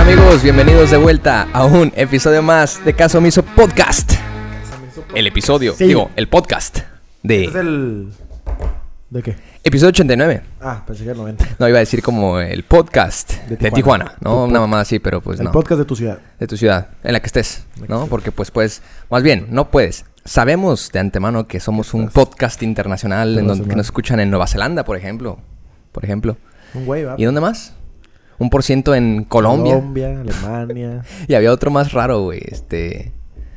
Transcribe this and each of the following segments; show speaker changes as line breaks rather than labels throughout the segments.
amigos, bienvenidos de vuelta a un episodio más de Caso Miso Podcast. El episodio,
Sí.
digo, el podcast
Es
de
el. ¿De qué?
episodio 89.
Ah, pensé que era el 90.
No, iba a decir como el podcast de
De
Tijuana,
Tijuana.
¿no? Una mamá así, pero pues
el
no.
podcast de tu ciudad.
De tu ciudad, en la que estés, ¿no? Porque pues pues, más bien, no puedes. Sabemos de antemano que somos un podcast internacional en donde que
Internacional.
nos escuchan en Nueva Zelanda, por ejemplo. Por ejemplo.
Un güey, va.
¿Y dónde más? Un por ciento en Colombia.
Colombia, Alemania,
Y había otro más raro, güey. Este.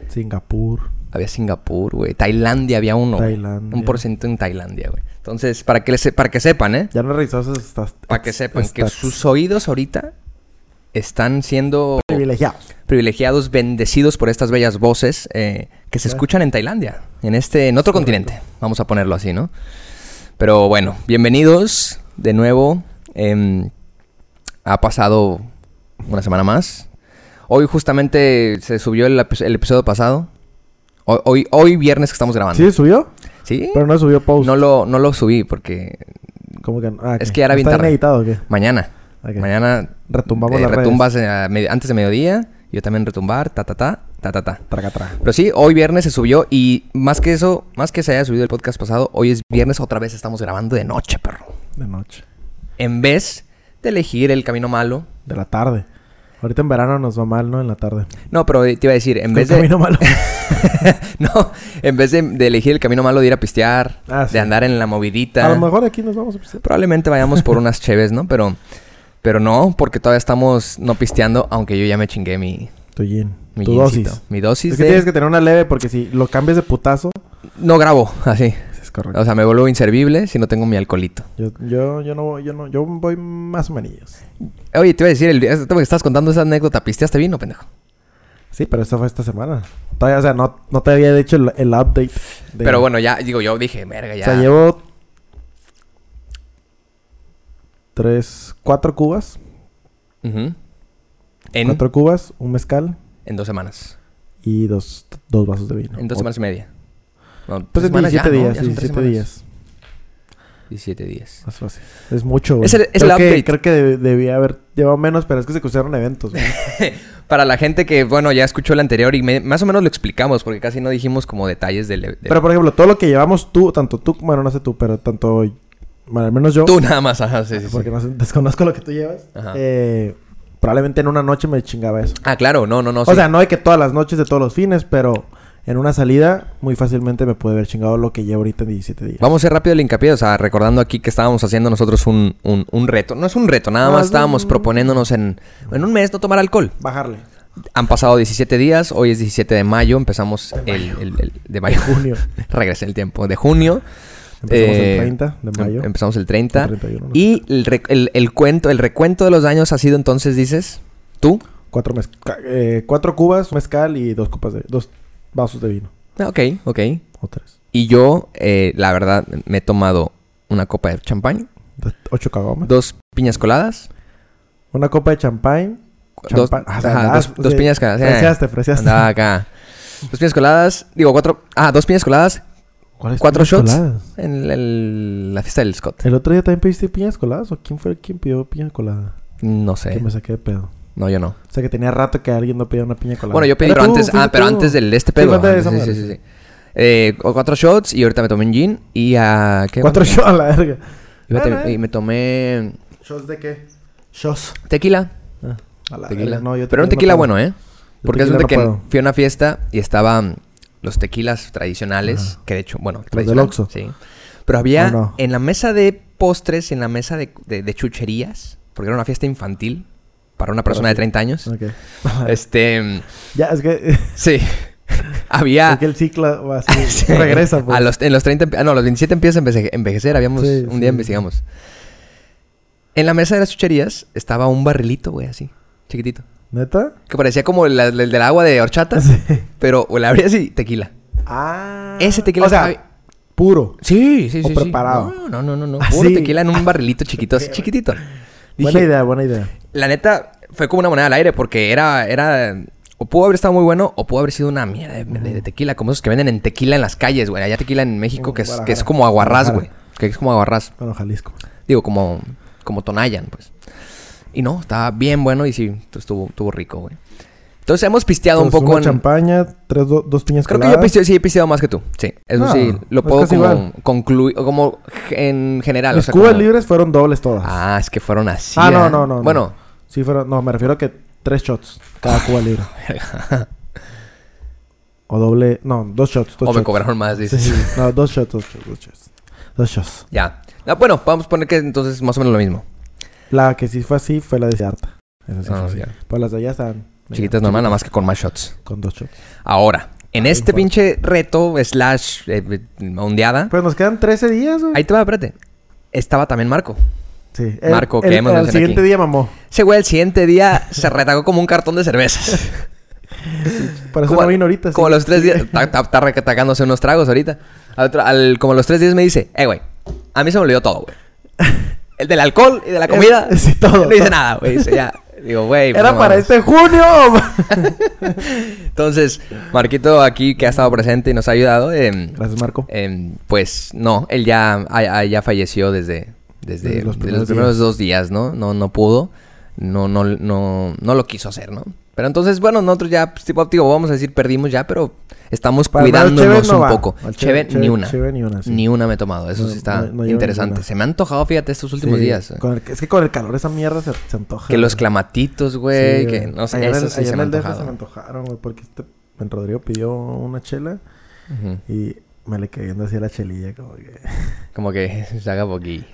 Singapur.
Había Singapur, güey. Tailandia había uno. güey.
Tailandia.
Un por ciento en Tailandia, güey. Entonces, para que, les- para que sepan, ¿eh?
Ya no he revisado esas. estas-
Para que sepan que
estas-
sus oídos ahorita están siendo
Privilegiados.
privilegiados, bendecidos por estas bellas voces eh, que se escuchan en Tailandia, en este, en otro continente. Vamos a ponerlo así, ¿no? Pero bueno, bienvenidos de nuevo. Em, ha pasado una semana más. Hoy justamente se subió el, epi- el episodio pasado. Hoy, hoy, hoy viernes que estamos grabando.
¿Sí subió?
¿Sí?
Pero no subió post.
No lo, no lo subí porque
¿Cómo que no? Ah,
Es
ok.
que era bien
¿Está
tarde.
editado o qué?
mañana.
Ok.
Mañana
Retumbamos
eh,
las redes.
retumbas eh, a medi- antes de mediodía. Yo también retumbar, ta ta ta, ta ta ta.
Traca, traca.
Pero sí, hoy viernes se subió y más que eso, más que se haya subido el podcast pasado, hoy es viernes, otra vez estamos grabando de noche, perro.
De noche.
En vez de elegir el camino malo.
De la tarde. Ahorita en verano nos va mal, ¿no? En la tarde.
No, pero te iba a decir, en
El
vez de...
camino malo.
no, en vez de, de elegir el camino malo de ir a pistear,
Ah, sí.
de andar en la movidita.
A lo mejor aquí nos vamos a pisar.
Probablemente vayamos por unas cheves, ¿no? Pero, pero no, porque todavía estamos no pisteando, aunque yo ya me chingué mi,
Tu gin.
mi
tu
gincito.
dosis.
Mi dosis
Es que
de-
tienes que tener una leve porque si lo cambias de putazo.
No grabo, así.
Es correcto.
O sea, me vuelvo inservible si no tengo mi alcoholito.
Yo, yo, yo no voy, yo no, yo voy más o menos.
Oye, te iba a decir, el, esto que estás contando esa anécdota, ¿pisteaste vino, pendejo?
Sí, pero esa fue esta semana. Todavía, o sea, no, no te había hecho el, el update. de-
Pero bueno, ya, digo, yo dije, verga, ya.
O sea, llevo tres, cuatro cubas.
Ujú. en,
Cuatro cubas, un mezcal
en dos semanas.
y dos, dos vasos de vino.
En dos
O-
semanas y media. No, tres
Pues en
semanas ya,
17
¿no?
días,
Ya son tres
17
semanas.
días.
17 días.
Más fácil. Es mucho, güey.
Es el- es
creo
el
que,
update.
Creo que de- debía haber llevado menos, pero es que se cruzaron eventos, güey.
Para la gente que, bueno, ya escuchó el anterior y me- más o menos lo explicamos porque casi no dijimos como detalles del... del-
Pero, por ejemplo, todo lo que llevamos tú, tanto tú, bueno, no sé tú, pero tanto... Bueno, al menos yo...
Tú nada más, ajá, sí, sí, sí.
Porque no sé- desconozco lo que tú llevas.
Ajá.
Eh, probablemente en una noche me chingaba eso.
Ah, claro, no, no, no.
O
sí.
sea, no de que todas las noches de todos los fines, pero en una salida muy fácilmente me puede haber chingado lo que llevo ahorita en 17 días.
Vamos a hacer rápido el hincapié, o sea, recordando aquí que estábamos haciendo nosotros un, un- un reto. No es un reto, nada
No,
más
es
estábamos
un-
proponiéndonos en, en un mes no tomar alcohol.
Bajarle.
Han pasado 17 días, hoy es 17 de mayo, empezamos el, el- el- de mayo.
junio.
Regresé el tiempo, de junio.
Empezamos
Eh,
el 30 de mayo.
em- Empezamos el 30.
O 31, no
y el, rec- el- el cuento, el recuento de los años ha sido entonces, dices, tú.
Cuatro, mez- ca- eh, cuatro cubas, mezcal y dos copas de... Dos vasos de vino.
Ah, Ok, ok.
O tres.
Y yo, eh, la verdad, me he tomado una copa de champán,
Dos- Ocho cagomas.
dos piñas coladas,
Una copa de champagne.
dos,
champán-
ajá,
o sea, andabas-
dos- dos
sí,
piñas coladas. eh.
Freseaste, freseaste.
Andaba acá. Dos piñas coladas, digo cuatro. Ah, dos piñas coladas
¿Cuáles
cuatro
piñas
shots.
coladas?
en el- el- la fiesta del Scott.
¿El otro día también pediste piñas coladas? ¿O quién fue quien pidió piña colada?
No
Que
sé.
me saqué de pedo.
No, yo no.
O sea, que tenía rato que alguien no pedía una piña colada.
Bueno, yo pedí,
Era
pero
tú,
antes.
fuiste
Ah, pero
tú.
antes del este
Sí,
pedo.
fue antes de
ajá,
esa
Sí, sí,
madre,
sí,
sí.
sí. Eh, o cuatro shots y ahorita me tomé un gin y a. ¿qué
Cuatro
más?
shots a la verga.
Iba a
Ah,
ter-
no, eh.
Y me tomé
¿Shots de qué? Shots.
tequila.
A la
Tequila.
verga. No, yo
pero un
no
tequila
puedo.
bueno, ¿eh?
Yo
Porque es
tequila
donde
no
que
puedo.
fui a una fiesta y estaban los tequilas tradicionales, que de hecho, bueno, tradicional,
Oxxo.
Sí. Pero había
No, no.
en la mesa de postres, en la mesa de, de- de chucherías, porque era una fiesta infantil para una persona de
sí.
30 años.
Ok.
Este,
Ya, es que...
sí. había
Es que el ciclo va así.
Sí.
Regresa, pues.
A los, en los 30, empe- ah, no, a los 27 empieza a enveje- envejecer. Habíamos,
Sí,
un día
sí.
investigamos. En la mesa de las chucherías estaba un barrilito, güey, así, chiquitito.
¿Neta?
Que parecía como el, el del agua de horchata, pero o la abrías y tequila.
Ah.
Ese tequila
O sea,
sabe-
puro.
Sí, sí,
O
sí.
preparado.
Sí. No, no, no, no.
Ah,
Puro
sí.
tequila en un barrilito chiquito, así chiquitito.
buena
Dije,
idea, buena idea.
la neta, fue como una moneda al aire porque era, era, o pudo haber estado muy bueno o pudo haber sido una mierda de, de- de tequila, como esos que venden en tequila en las calles, güey. Allá tequila en México que es, que es como aguarrás, güey. Que es como aguarrás.
Bueno, Jalisco.
Digo, como, como Tonayan, pues. Y no, estaba bien bueno y sí, estuvo, estuvo rico, güey. Entonces hemos pisteado
Entonces,
un poco
una
en...
champaña, tres, do- dos piñas
Pues Creo que
coladas.
yo pisteo- sí he pisteado más que tú. Sí, eso
No,
sí, lo
es
puedo
Ah, pues casi
como
igual.
concluir, o como g- en general. o
Mis
sea,
cubas
como-
libres fueron dobles todas.
Ah, es que fueron así.
Ah, no,
¿eh?
no, no, no.
Bueno,
Sí, fueron... No, me refiero a que tres shots cada cuba libre. o doble... No, dos shots, dos
o me
shots.
cobraron más,
Sí,
dices.
sí. No, dos shots, dos shots, dos shots. Dos shots.
Ya. Ah, bueno, vamos a poner que entonces más o menos lo mismo.
La que sí fue así fue la de Siddhartha. Esa sí
Ah,
fue así.
ya.
Pues las de allá están...
Chiquitas nomás, nada más que con más shots.
Con dos shots.
Ahora, en
Ay,
este
Juan.
pinche reto, slash, eh, eh, ondeada.
Pues nos quedan 13 días, güey.
Ahí te va, espérate. Estaba también Marco.
Sí.
Marco, que hemos
El
mencionado
siguiente
aquí.
día mamó.
Ese güey el siguiente día se retagó como un cartón de cervezas.
Por eso
Como-
no vino ahorita. sí.
Como los tres días. Está, está, está retacándose unos tragos ahorita. Al otro- al- como los tres días me dice, eh, güey, a mí se me olvidó todo, güey. El del alcohol y de la comida.
Es- sí, todo,
No hice
todo.
nada, güey. Dice, Ya. Digo, güey. pues,
Era
no
para
mames.
este junio.
Entonces, Marquito aquí que ha estado presente y nos ha ayudado. em,
Gracias, Marco.
em, pues no, él ya, a- a- ya falleció desde, desde
Desde
los,
los
primeros,
primeros días.
dos días, ¿no? No, no pudo. No, no, no, no lo quiso hacer, ¿no? Pero entonces, bueno, nosotros ya, pues, tipo óptico, vamos a decir, perdimos ya, pero estamos
Para el Cheve
cuidándonos
no
un
va.
poco.
Al
Cheve,
Cheve-
ni
Cheve-
una.
Cheve ni una, sí.
Ni una me he tomado. Eso
No,
sí está
no- no llevo
interesante.
ninguna.
Se me ha antojado, fíjate, estos últimos
Sí,
días. eh.
con el- es que con el calor esa mierda se, se antoja.
Que los
güey.
clamatitos, güey,
Sí,
que no sé,
Allá en
eso
el-
sí
allá
se
en
me ha
el DF se me
antojado.
antojaron, güey, porque este, el Rodrigo pidió una chela
Ujú.
y me le quedé viendo así a la chelilla, como que.
Como que se haga boquilla.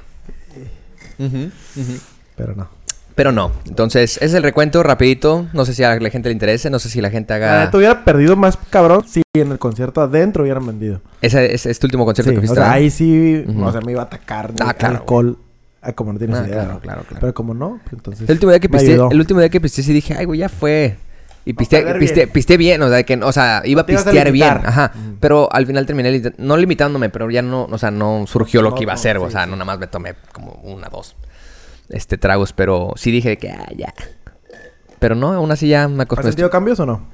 Pero no.
Pero no. Entonces, ese es el recuento rapidito. No sé si a la gente le interese. No sé si la gente
La
haga...
neta hubiera perdido más cabrón si en el concierto adentro hubieran vendido.
Ese es, es tu último concierto
Sí,
que
o
fuiste.
sea,
¿verdad?
ahí sí,
Ujú.
o sea, me iba a atacar
Ah,
de
claro,
alcohol a como no tienes
Ah,
idea.
claro,
¿no?
claro, claro.
Pero como no, pues entonces.
El último día que
me
pisté,
ayudó.
el último día que pisté sí dije, ay, güey, ya fue. Y
Va a
pisté,
perder
pisté,
bien.
pisté bien, o sea, que, o sea, iba a
te ibas a
pistear bien,
limitar.
ajá.
Ujú.
Pero al final terminé, limita- no limitándome, pero ya no, o sea, no surgió lo
No,
que iba a
no,
hacer,
sí,
o sea,
sí.
no nada más me tomé como una, dos, este, tragos, pero sí dije que, ah, ya. Pero no, aún así ya me
¿Has
acostumbré.
sentido cambios o no?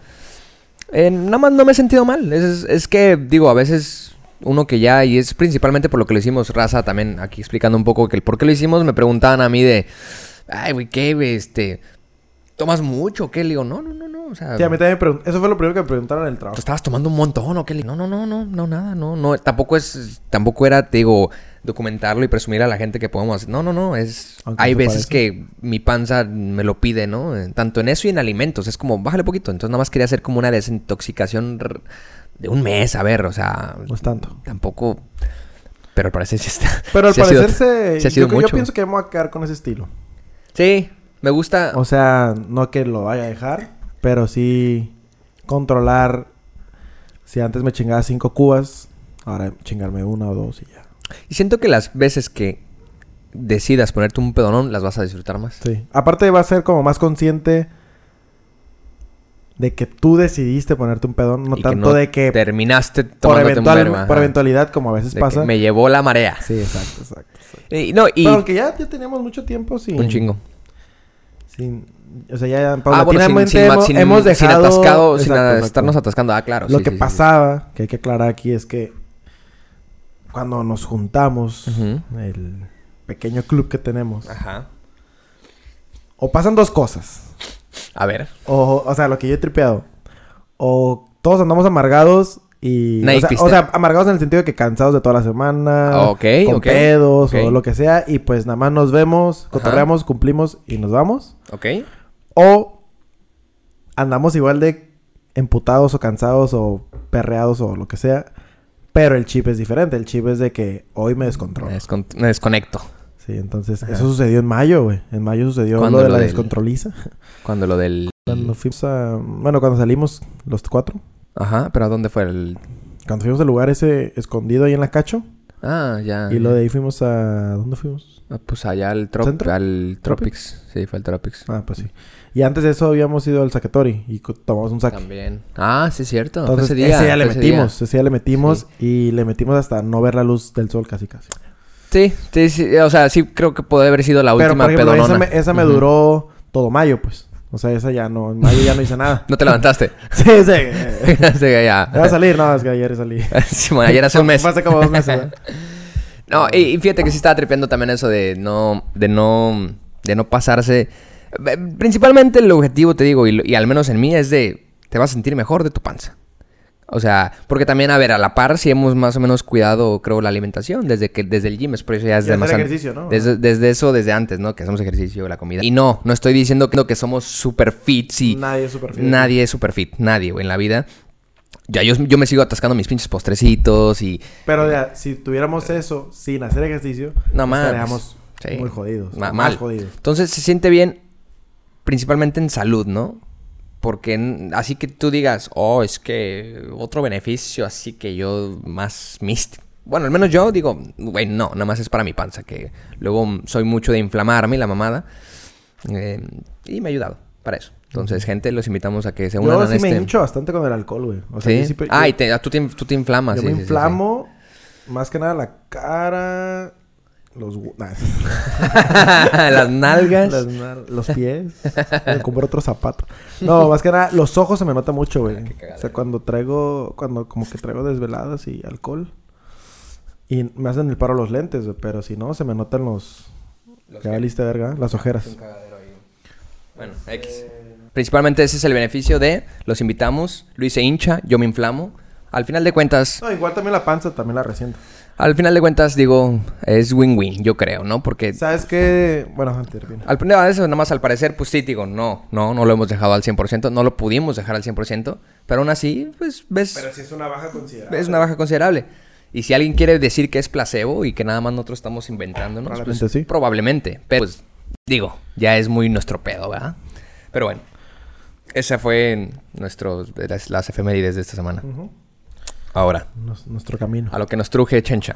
Eh, nada más no me he sentido mal. Es, es- es que, digo, a veces uno que ya, y es principalmente por lo que lo hicimos, raza también, aquí explicando un poco que el por qué lo hicimos, me preguntaban a mí de, ay, güey, ¿qué, güey, este, tomas mucho o qué? Le digo, no, no, no, Ah, no, o sea,
Sí, a mí también me preguntaron. Eso fue lo primero que me preguntaron en el
¿tú
trabajo.
estabas tomando un montón o qué? Le digo, no, no, no, no, no, nada, no, no, tampoco es, tampoco era, te digo, documentarlo y presumir a la gente que podemos hacer. No, no, no, es,
Aunque
hay
se
veces
parece.
que mi panza me lo pide, ¿no? Eh, Tanto en eso y en alimentos, es como, bájale poquito. Entonces nada más quería hacer como una desintoxicación r- de un mes, a ver, o sea,
No es tanto.
tampoco, pero al parecer sí está.
Pero al
sí ha sido-
parecer se.
sí ha sido
yo, yo
mucho.
pienso que vamos a quedar con ese estilo.
Sí, me gusta.
O sea, no que lo vaya a dejar, pero sí controlar. Si antes me chingaba cinco cubas, ahora chingarme una o dos y ya.
Y siento que las veces que decidas ponerte un pedonón, las vas a disfrutar más.
Sí. Aparte va a ser como más consciente de que tú decidiste ponerte un pedón, no
Y que
tanto de que
terminaste
por,
tomándote un
eventual-
verbo,
por
ajá.
eventualidad, como a veces
De que
pasa.
me llevó la marea.
Sí, exacto, exacto. exacto.
Y, no, y
Pero aunque ya, ya teníamos mucho tiempo sin...
un chingo.
sin- o sea, ya
Ah, bueno, sin,
paulatinamente
sin ma-
hemos,
sin-
hemos
sin
dejado...
atascado, sin
Exacto,
a-
exacto.
estarnos atascando. Ah, claro.
Lo
sí,
que
sí, sí.
pasaba, que hay que aclarar aquí, es que cuando nos juntamos,
Ujú. Ah.
el pequeño club que tenemos,
Ajá.
o pasan dos cosas.
A ver.
O, o sea, lo que yo he tripeado. O todos andamos amargados y...
Nadie
o, sea,
pista.
o sea, amargados en el sentido de que cansados de toda la semana.
Ah, ok,
con
ok,
pedos
ok.
o lo que sea. Y pues nada más nos vemos, cotorreamos, cumplimos y nos vamos.
Ok.
O andamos igual de emputados o cansados o perreados o lo que sea. Pero el chip es diferente. El chip es de que hoy me descontrolo.
Me, descon- me desconecto.
Sí, entonces
Ajá.
eso sucedió en mayo, güey. En mayo sucedió
¿Cuándo
lo de
lo
la
del-
descontroliza.
Cuando lo del.
Cuando fuimos a... Bueno, cuando salimos los cuatro.
Ajá. Pero ¿a dónde fue el.?
Cuando fuimos al lugar ese escondido ahí en la cacho.
Ah, ya.
y lo de ahí fuimos a... ¿Dónde fuimos?
Ah, pues allá al, trop-
¿Centro?
al Tropics. Sí, fue al Tropics.
Ah, pues sí. Y antes de eso habíamos ido al Saquetori y co- tomamos un saque.
También. Ah, sí, cierto. Fue
Entonces,
ese día.
le
fue ese
metimos.
día.
Ese día le metimos y le metimos hasta no ver la luz del sol casi casi.
Sí, sí, sí. O sea, sí creo que puede haber sido la
Pero,
última
por ejemplo, esa
pedonona.
me, esa me
Ujú.
duró todo mayo, pues. O sea, esa ya no... En mayo ya no hice nada.
No te levantaste.
sí, sí. eh,
Sí, ya.
¿Me va a salir? No, es que ayer salí.
Simón, ayer hace un mes.
Fue hace como dos meses, ¿verdad?
No, y, y fíjate que sí estaba tripeando también eso de no, de no, de no pasarse Principalmente el objetivo, te digo, y, y al menos en mí, es de... Te vas a sentir mejor de tu panza. O sea, porque también, a ver, a la par sí hemos más o menos cuidado, creo, la alimentación desde que desde el gym, es por eso ya es
Y hacer
demasiado.
ejercicio, ¿no?
Desde, desde eso, desde antes, ¿no? Que hacemos ejercicio, la comida. Y no, no estoy diciendo que, que somos super fits y
Nadie es super fit.
nadie es super fit, nadie, güey, en la vida. Ya yo, yo me sigo atascando mis pinches postrecitos y
Pero ya, si tuviéramos eso sin hacer ejercicio,
No mames.
estaríamos
Sí.
muy jodidos.
Ma-
más
mal.
jodidos.
Entonces se siente bien principalmente en salud, ¿no? Porque n- así que tú digas, oh, es que otro beneficio, así que yo más mist. Bueno, al menos yo digo, güey, no, nada más es para mi panza, que luego mm, soy mucho de inflamarme y la mamada. Eh, y me ha ayudado para eso. Entonces, gente, los invitamos a que se unan
Yo
a
sí
este...
me hincho bastante con el alcohol, güey. O sea,
¿Sí?
yo siempre-
ah,
yo-
y te- ah, tú, te, tú te inflamas.
Yo
sí,
me
sí, sí, sí.
inflamo más que nada la cara, los hue- nah,
Las nalgas.
las nal- los pies. me compro otro zapato. No, más que nada los ojos se me nota mucho, güey.
Ah, cagada.
O sea, cuando traigo cuando como que traigo desveladas y alcohol y me hacen el paro los lentes, güey, pero si no se me notan los ya valiste verga, las ojeras.
Bueno, X. Principalmente ese es el beneficio de los invitamos, Luis se hincha, yo me inflamo. Al final de cuentas,
No, igual también la panza también la resiento.
al final de cuentas digo, es win-win, yo creo, ¿no? Porque
¿Sabes qué? Bueno, termina.
al primero de eso, nada más al parecer, pues sí, digo, no, no, no lo hemos dejado al 100%, no lo pudimos dejar al 100%, pero aún así, pues ves...
si es una baja considerable.
Es una baja considerable. Y si alguien quiere decir que es placebo y que nada más nosotros estamos inventándonos,
Probablemente
pues,
sí.
probablemente. Pero pues, digo, ya es muy nuestro pedo, ¿verdad? Pero bueno, esa fue nuestro, las, las efemérides de esta semana.
Ujú.
Ahora,
Nos- nuestro camino.
a lo que nos truje, Chencha.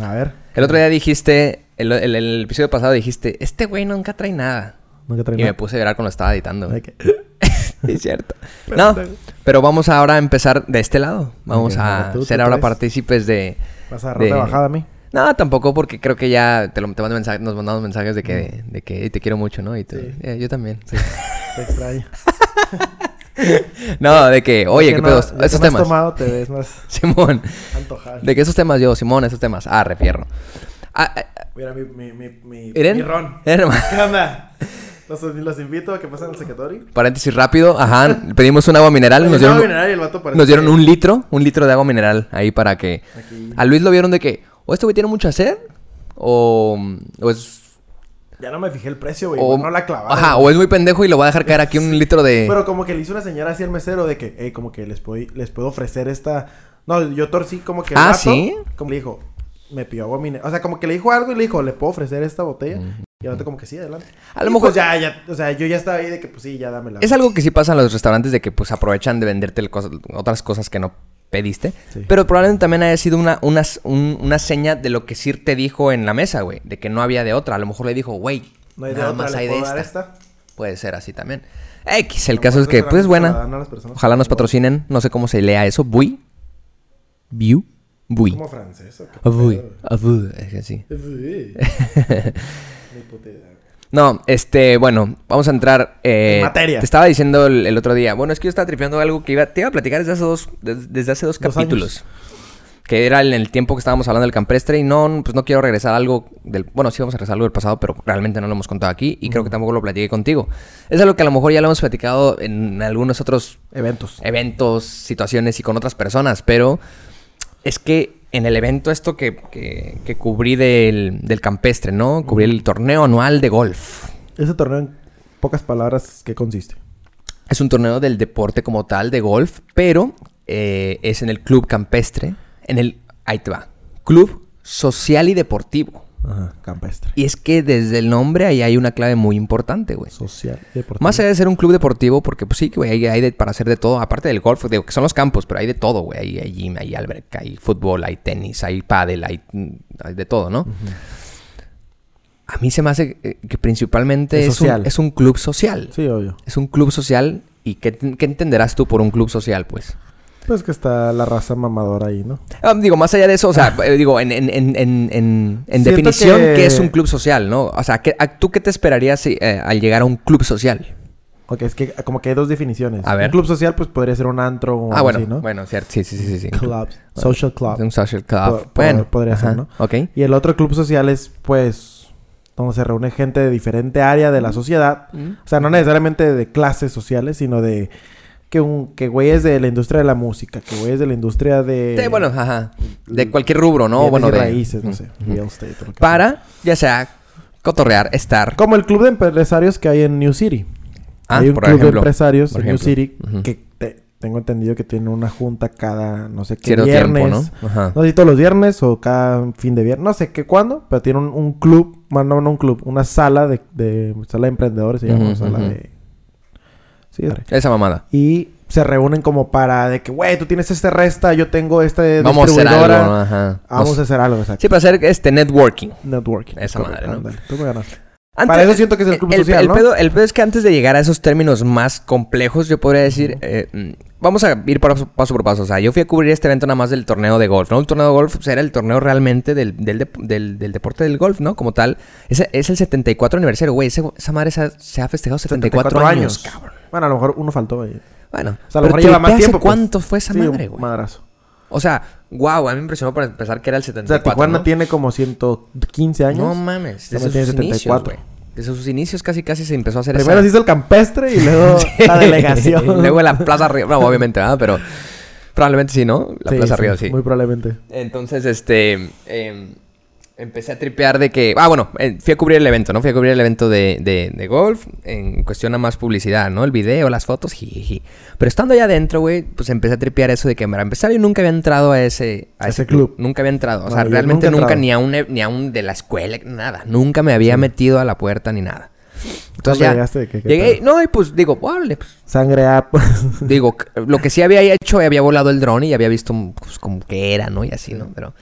A ver.
El otro día dijiste, el, el- el episodio pasado dijiste, este güey nunca trae nada.
Nunca
Y
traí
me puse a llorar cuando lo estaba editando. güey.
nada. De Pues que-
es cierto. no, pero vamos ahora a empezar de este lado. Vamos
Ok,
a
tú, tú
ser ahora
traes.
partícipes de...
Vas a agarrar
de-
de bajada a mí.
No, tampoco porque creo que ya te, lo- te mando mensaje- nos mandamos mensajes de que, de que "Ey, te quiero mucho, ¿no? Y tú,
Mm. Sí.
"Eh, yo también.
Te extraño.
No, de que, oye,
Ya
¿qué
que
pedos?
no- ya que
esos
no has
temas.
tomado te ves más
Simón.
antojado.
De que esos temas yo, Simón, esos temas. Ah, refierro. Ah, ah,
Mira mi, mi, mi, mi,
Miren.
mi ron.
Miren, ma-
¿Qué onda? Los, los invito a que pasen al secretario.
paréntesis rápido. Ajá, pedimos un agua mineral. Ah, Nos dieron,
y el vato parece
nos dieron
que-
un litro, un litro de agua mineral ahí para que...
Aquí.
A Luis lo vieron de que, o este güey tiene mucha sed, o, o es...
Ya no me fijé el precio, güey.
O,
pues No la clavaron.
ajá, o es muy pendejo y lo va a dejar caer aquí un litro de...
Pero como que le hizo una señal así al mesero de que, hey, como que les, puedo les puedo ofrecer esta. No, yo torcí como que. el
Ah,
vato,
¿sí?
Como le dijo, me pidió agua mineral. O sea, como que le dijo algo y le dijo, ¿le puedo ofrecer esta botella? Y el vato como que sí, adelante.
Mm. A lo
Y
mejor-
pues ya, ya. O sea, yo ya estaba ahí de que, pues sí, ya dámela.
Es algo que sí pasa en los restaurantes de que pues aprovechan de venderte el cosa- otras cosas que no pediste.
Sí.
Pero probablemente también haya sido una, una, un- una seña de lo que Sir te dijo en la mesa, güey. De que no había de otra. A lo mejor le dijo, güey,
No hay de
nada
otra,
más
¿le
hay de
puedo dar
esta.
esta?
Puede ser así también. X, el
A lo
caso
mejor
es que
esa
pues es
herramienta la dan
buena.
a las personas
Ojalá nos
como-
patrocinen. No sé cómo se lea eso. Bui. View. Bui.
Como francés. ¿o qué
Bui.
pedo,
Bui. Es que sí.
güey? Ni puta idea.
No, este, bueno, vamos a entrar. eh,
En materia.
Te estaba diciendo el, el otro día. Bueno, es que yo estaba tripeando algo que iba, te iba a platicar desde hace dos, des- desde hace dos,
Dos
capítulos. Que era en el tiempo que estábamos hablando del campestre. Y no, pues no quiero regresar a algo del. Bueno, sí vamos a regresar a algo del pasado, pero realmente no lo hemos contado aquí. Y creo que tampoco lo platiqué contigo. Es algo que a lo mejor ya lo hemos platicado en algunos otros
Eventos.
pues, Eh. eventos, situaciones y con otras personas, pero es que en el evento esto que, que- que cubrí del, del campestre, ¿no? Cubrí el torneo anual de golf.
Ese torneo, en pocas palabras, ¿qué consiste?
Es un torneo del deporte como tal, de golf, pero eh, es en el club campestre, en el, ahí te va, club social y deportivo.
Ajá. Campestre.
Y es que desde el nombre ahí hay una clave muy importante, güey.
Social y deportivo.
Más allá de ser un club deportivo, porque pues sí, güey, hay, hay de- para hacer de todo, aparte del golf, digo que son los campos, pero hay de todo, güey. Hay, hay gym, hay alberca, hay fútbol, hay tenis, hay pádel, hay, mm, hay de todo, ¿no? A mí se me hace eh, que principalmente
Es
es, un,
social.
es un club social.
Sí, obvio.
Es un club social. ¿Y qué, qué entenderás tú por un club social, pues?
Pues que está la raza mamadora ahí, ¿no?
Ah, digo, más allá de eso, o sea, eh, digo, en, en- en- en- en- en
Siento
definición,
que-
¿qué es un club social, no? O sea, ¿qué- a- ¿tú qué te esperarías si, eh, al llegar a un club social?
Ok, es que como que hay dos definiciones.
A ver.
Un club social, pues podría ser un antro o
ah,
algo
bueno,
así, ¿no?
bueno, cierto, sí, sí, sí, sí. sí.
Club. Social
Un
club.
social club.
Po- po-
Ah, bueno,
podría ser, ¿no? Eh,
Ok.
Y el otro club social es, pues, donde se reúne gente de diferente área de la
Mm.
sociedad. O sea, no necesariamente de clases sociales, sino de que, un, que güeyes de la industria de la música, que güeyes de la industria de...
Sí, bueno, ajá. De cualquier rubro, ¿no?
bienes
Bueno,
y
de
raíces, no
Mm.
sé, real estate. o lo que sea.
Para, ya sea, cotorrear, estar.
Como el club de empresarios que hay en New City.
Ah,
hay un
por
club de
ejemplo.
empresarios
Por
en New
ejemplo.
City
Ujú.
que te- tengo entendido que tienen una junta cada, no sé qué,
Cierto
viernes.
tiempo, ¿no? Ajá.
No sé si todos los viernes o cada fin de viernes, no sé qué cuándo, pero tiene un, un club, bueno, no, no un club, una sala de, de- sala de emprendedores, se llama,
Ujú,
sala
ujú.
de... Sí, es-
Esa mamada.
y se reúnen como para de que, güey, tú tienes este resta, yo tengo este
Vamos a hacer algo,
distribuidora.
¿no? Ajá.
Vamos
Nos-
a hacer algo, exacto.
Sí, para hacer este networking.
Networking.
Esa madre, ¿no?
ándale, tú me ganaste.
Antes-
Para eso siento que es el club social, ¿no?
Pedo, el pedo es que antes de llegar a esos términos más complejos, yo podría decir... eh, mm, Vamos a ir paso, paso por paso. O sea, yo fui a cubrir este evento nada más del torneo de golf, ¿no? El torneo de golf pues, era el torneo realmente del, del, dep- del- del deporte del golf, ¿no? Como tal. Ese, es el 74 aniversario, güey. Ese- Esa madre se ha, se ha festejado 74, años, cabrón.
Bueno, a lo mejor uno faltó ahí.
Bueno,
O sea, a lo
pero
mejor lleva más
¿hace
tiempo. pues.
cuánto fue esa
Sí,
madre,
un
güey?
Madrazo.
O sea, wow, a mí me impresionó para empezar que era el
O
74.
sea, Tijuana
¿no?
tiene como 115 años.
No mames,
Ya
desde sus
tiene 74.
inicios, güey. Desde sus inicios casi casi se empezó a hacer
Primero
esa-
se hizo el campestre y luego la delegación.
Luego la Plaza Río. No, obviamente, ¿verdad? Pero probablemente sí, ¿no? La
Sí,
Plaza
sí,
Río, sí.
Muy probablemente.
Entonces, este. em, empecé a tripear de que. Ah, bueno, eh, fui a cubrir el evento, ¿no? Fui a cubrir el evento de, de- de golf. En cuestión a más publicidad, ¿no? El video, las fotos, jijiji. Pero estando allá adentro, güey, pues empecé a tripear eso de que para empezar yo nunca había entrado a ese, a
Ese
ese club.
club.
Nunca había entrado. O sea,
No, yo
realmente
nunca he
nunca,
entrado.
ni a un e- ni a un de la escuela, nada. Nunca me había metido a la puerta ni nada. Entonces
¿Dónde
ya.
llegaste? ¿De qué- qué
llegué,
tal?
no, y pues digo, órale, pues
Sangre app.
Digo, c- lo que sí había hecho, había volado el dron y había visto pues, como que era, ¿no? Y así, ¿no? Pero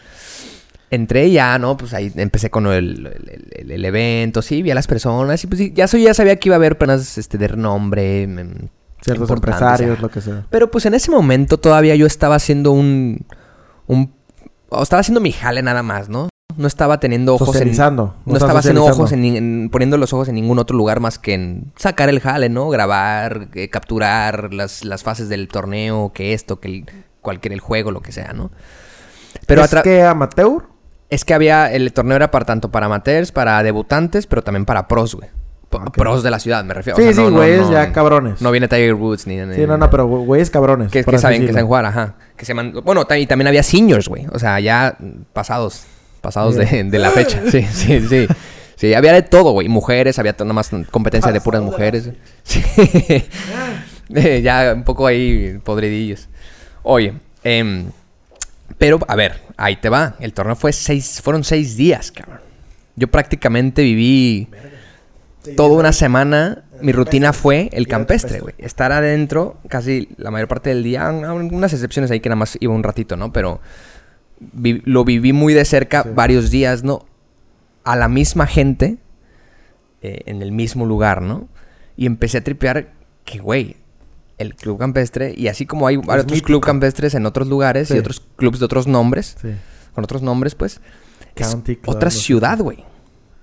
entré y ya, ¿no? Pues ahí empecé con el, el- el- el evento, sí, vi a las personas y pues sí, ya, soy, ya sabía que iba a haber personas este, de renombre. mm,
Ciertos
importantes,
empresarios,
ajá.
lo que sea.
Pero pues en ese momento todavía yo estaba haciendo un... un o estaba haciendo mi jale nada más, ¿no? No estaba teniendo ojos en...
Socializando.
No
estás
estaba haciendo
socializando.
ojos en, ni- en- poniendo los ojos en ningún otro lugar más que en sacar el jale, ¿no? Grabar, eh, capturar las, las fases del torneo, que esto, que el- cualquier el juego, lo que sea, ¿no? Pero
¿Es
atra-
que amateur?
es que había, el torneo era para tanto para amateurs, para debutantes, pero también para pros, güey. P-
Ok.
Pros de la ciudad, me refiero. O
Sí,
sea,
sí,
no- no-
güeyes
no-
ya cabrones.
No viene Tiger Woods ni... ni-
sí, no, no, pero güey- güeyes cabrones.
Que,
por
que
así
saben que
decirlo.
saben jugar, ajá. Que se man- Bueno, ta- y también había seniors, güey. O sea, ya mm, pasados. Pasados de, de la fecha. Sí, sí, sí. Sí, había de todo, güey. Mujeres, había to- nada más competencia de puras mujeres. Sí. Eh, ya un poco ahí podridillos. Oye, em, pero a ver, ahí te va. El torneo fue seis, fueron seis días, cabrón. Yo prácticamente viví toda una semana. Mi rutina fue el campestre, güey. Estar adentro casi la mayor parte del día. Ah, Unas excepciones ahí que nada más iba un ratito, ¿no? Pero vi- lo viví muy de cerca varios días, ¿no? A la misma gente eh, en el mismo lugar, ¿no? Y empecé a tripear que, güey, el club campestre, y así como hay varios
mítico.
club campestres en otros lugares
Sí.
y otros clubs de otros nombres,
Sí.
con otros nombres, pues, es
County Club,
otra
no sé. ¿Eh?
ciudad, güey.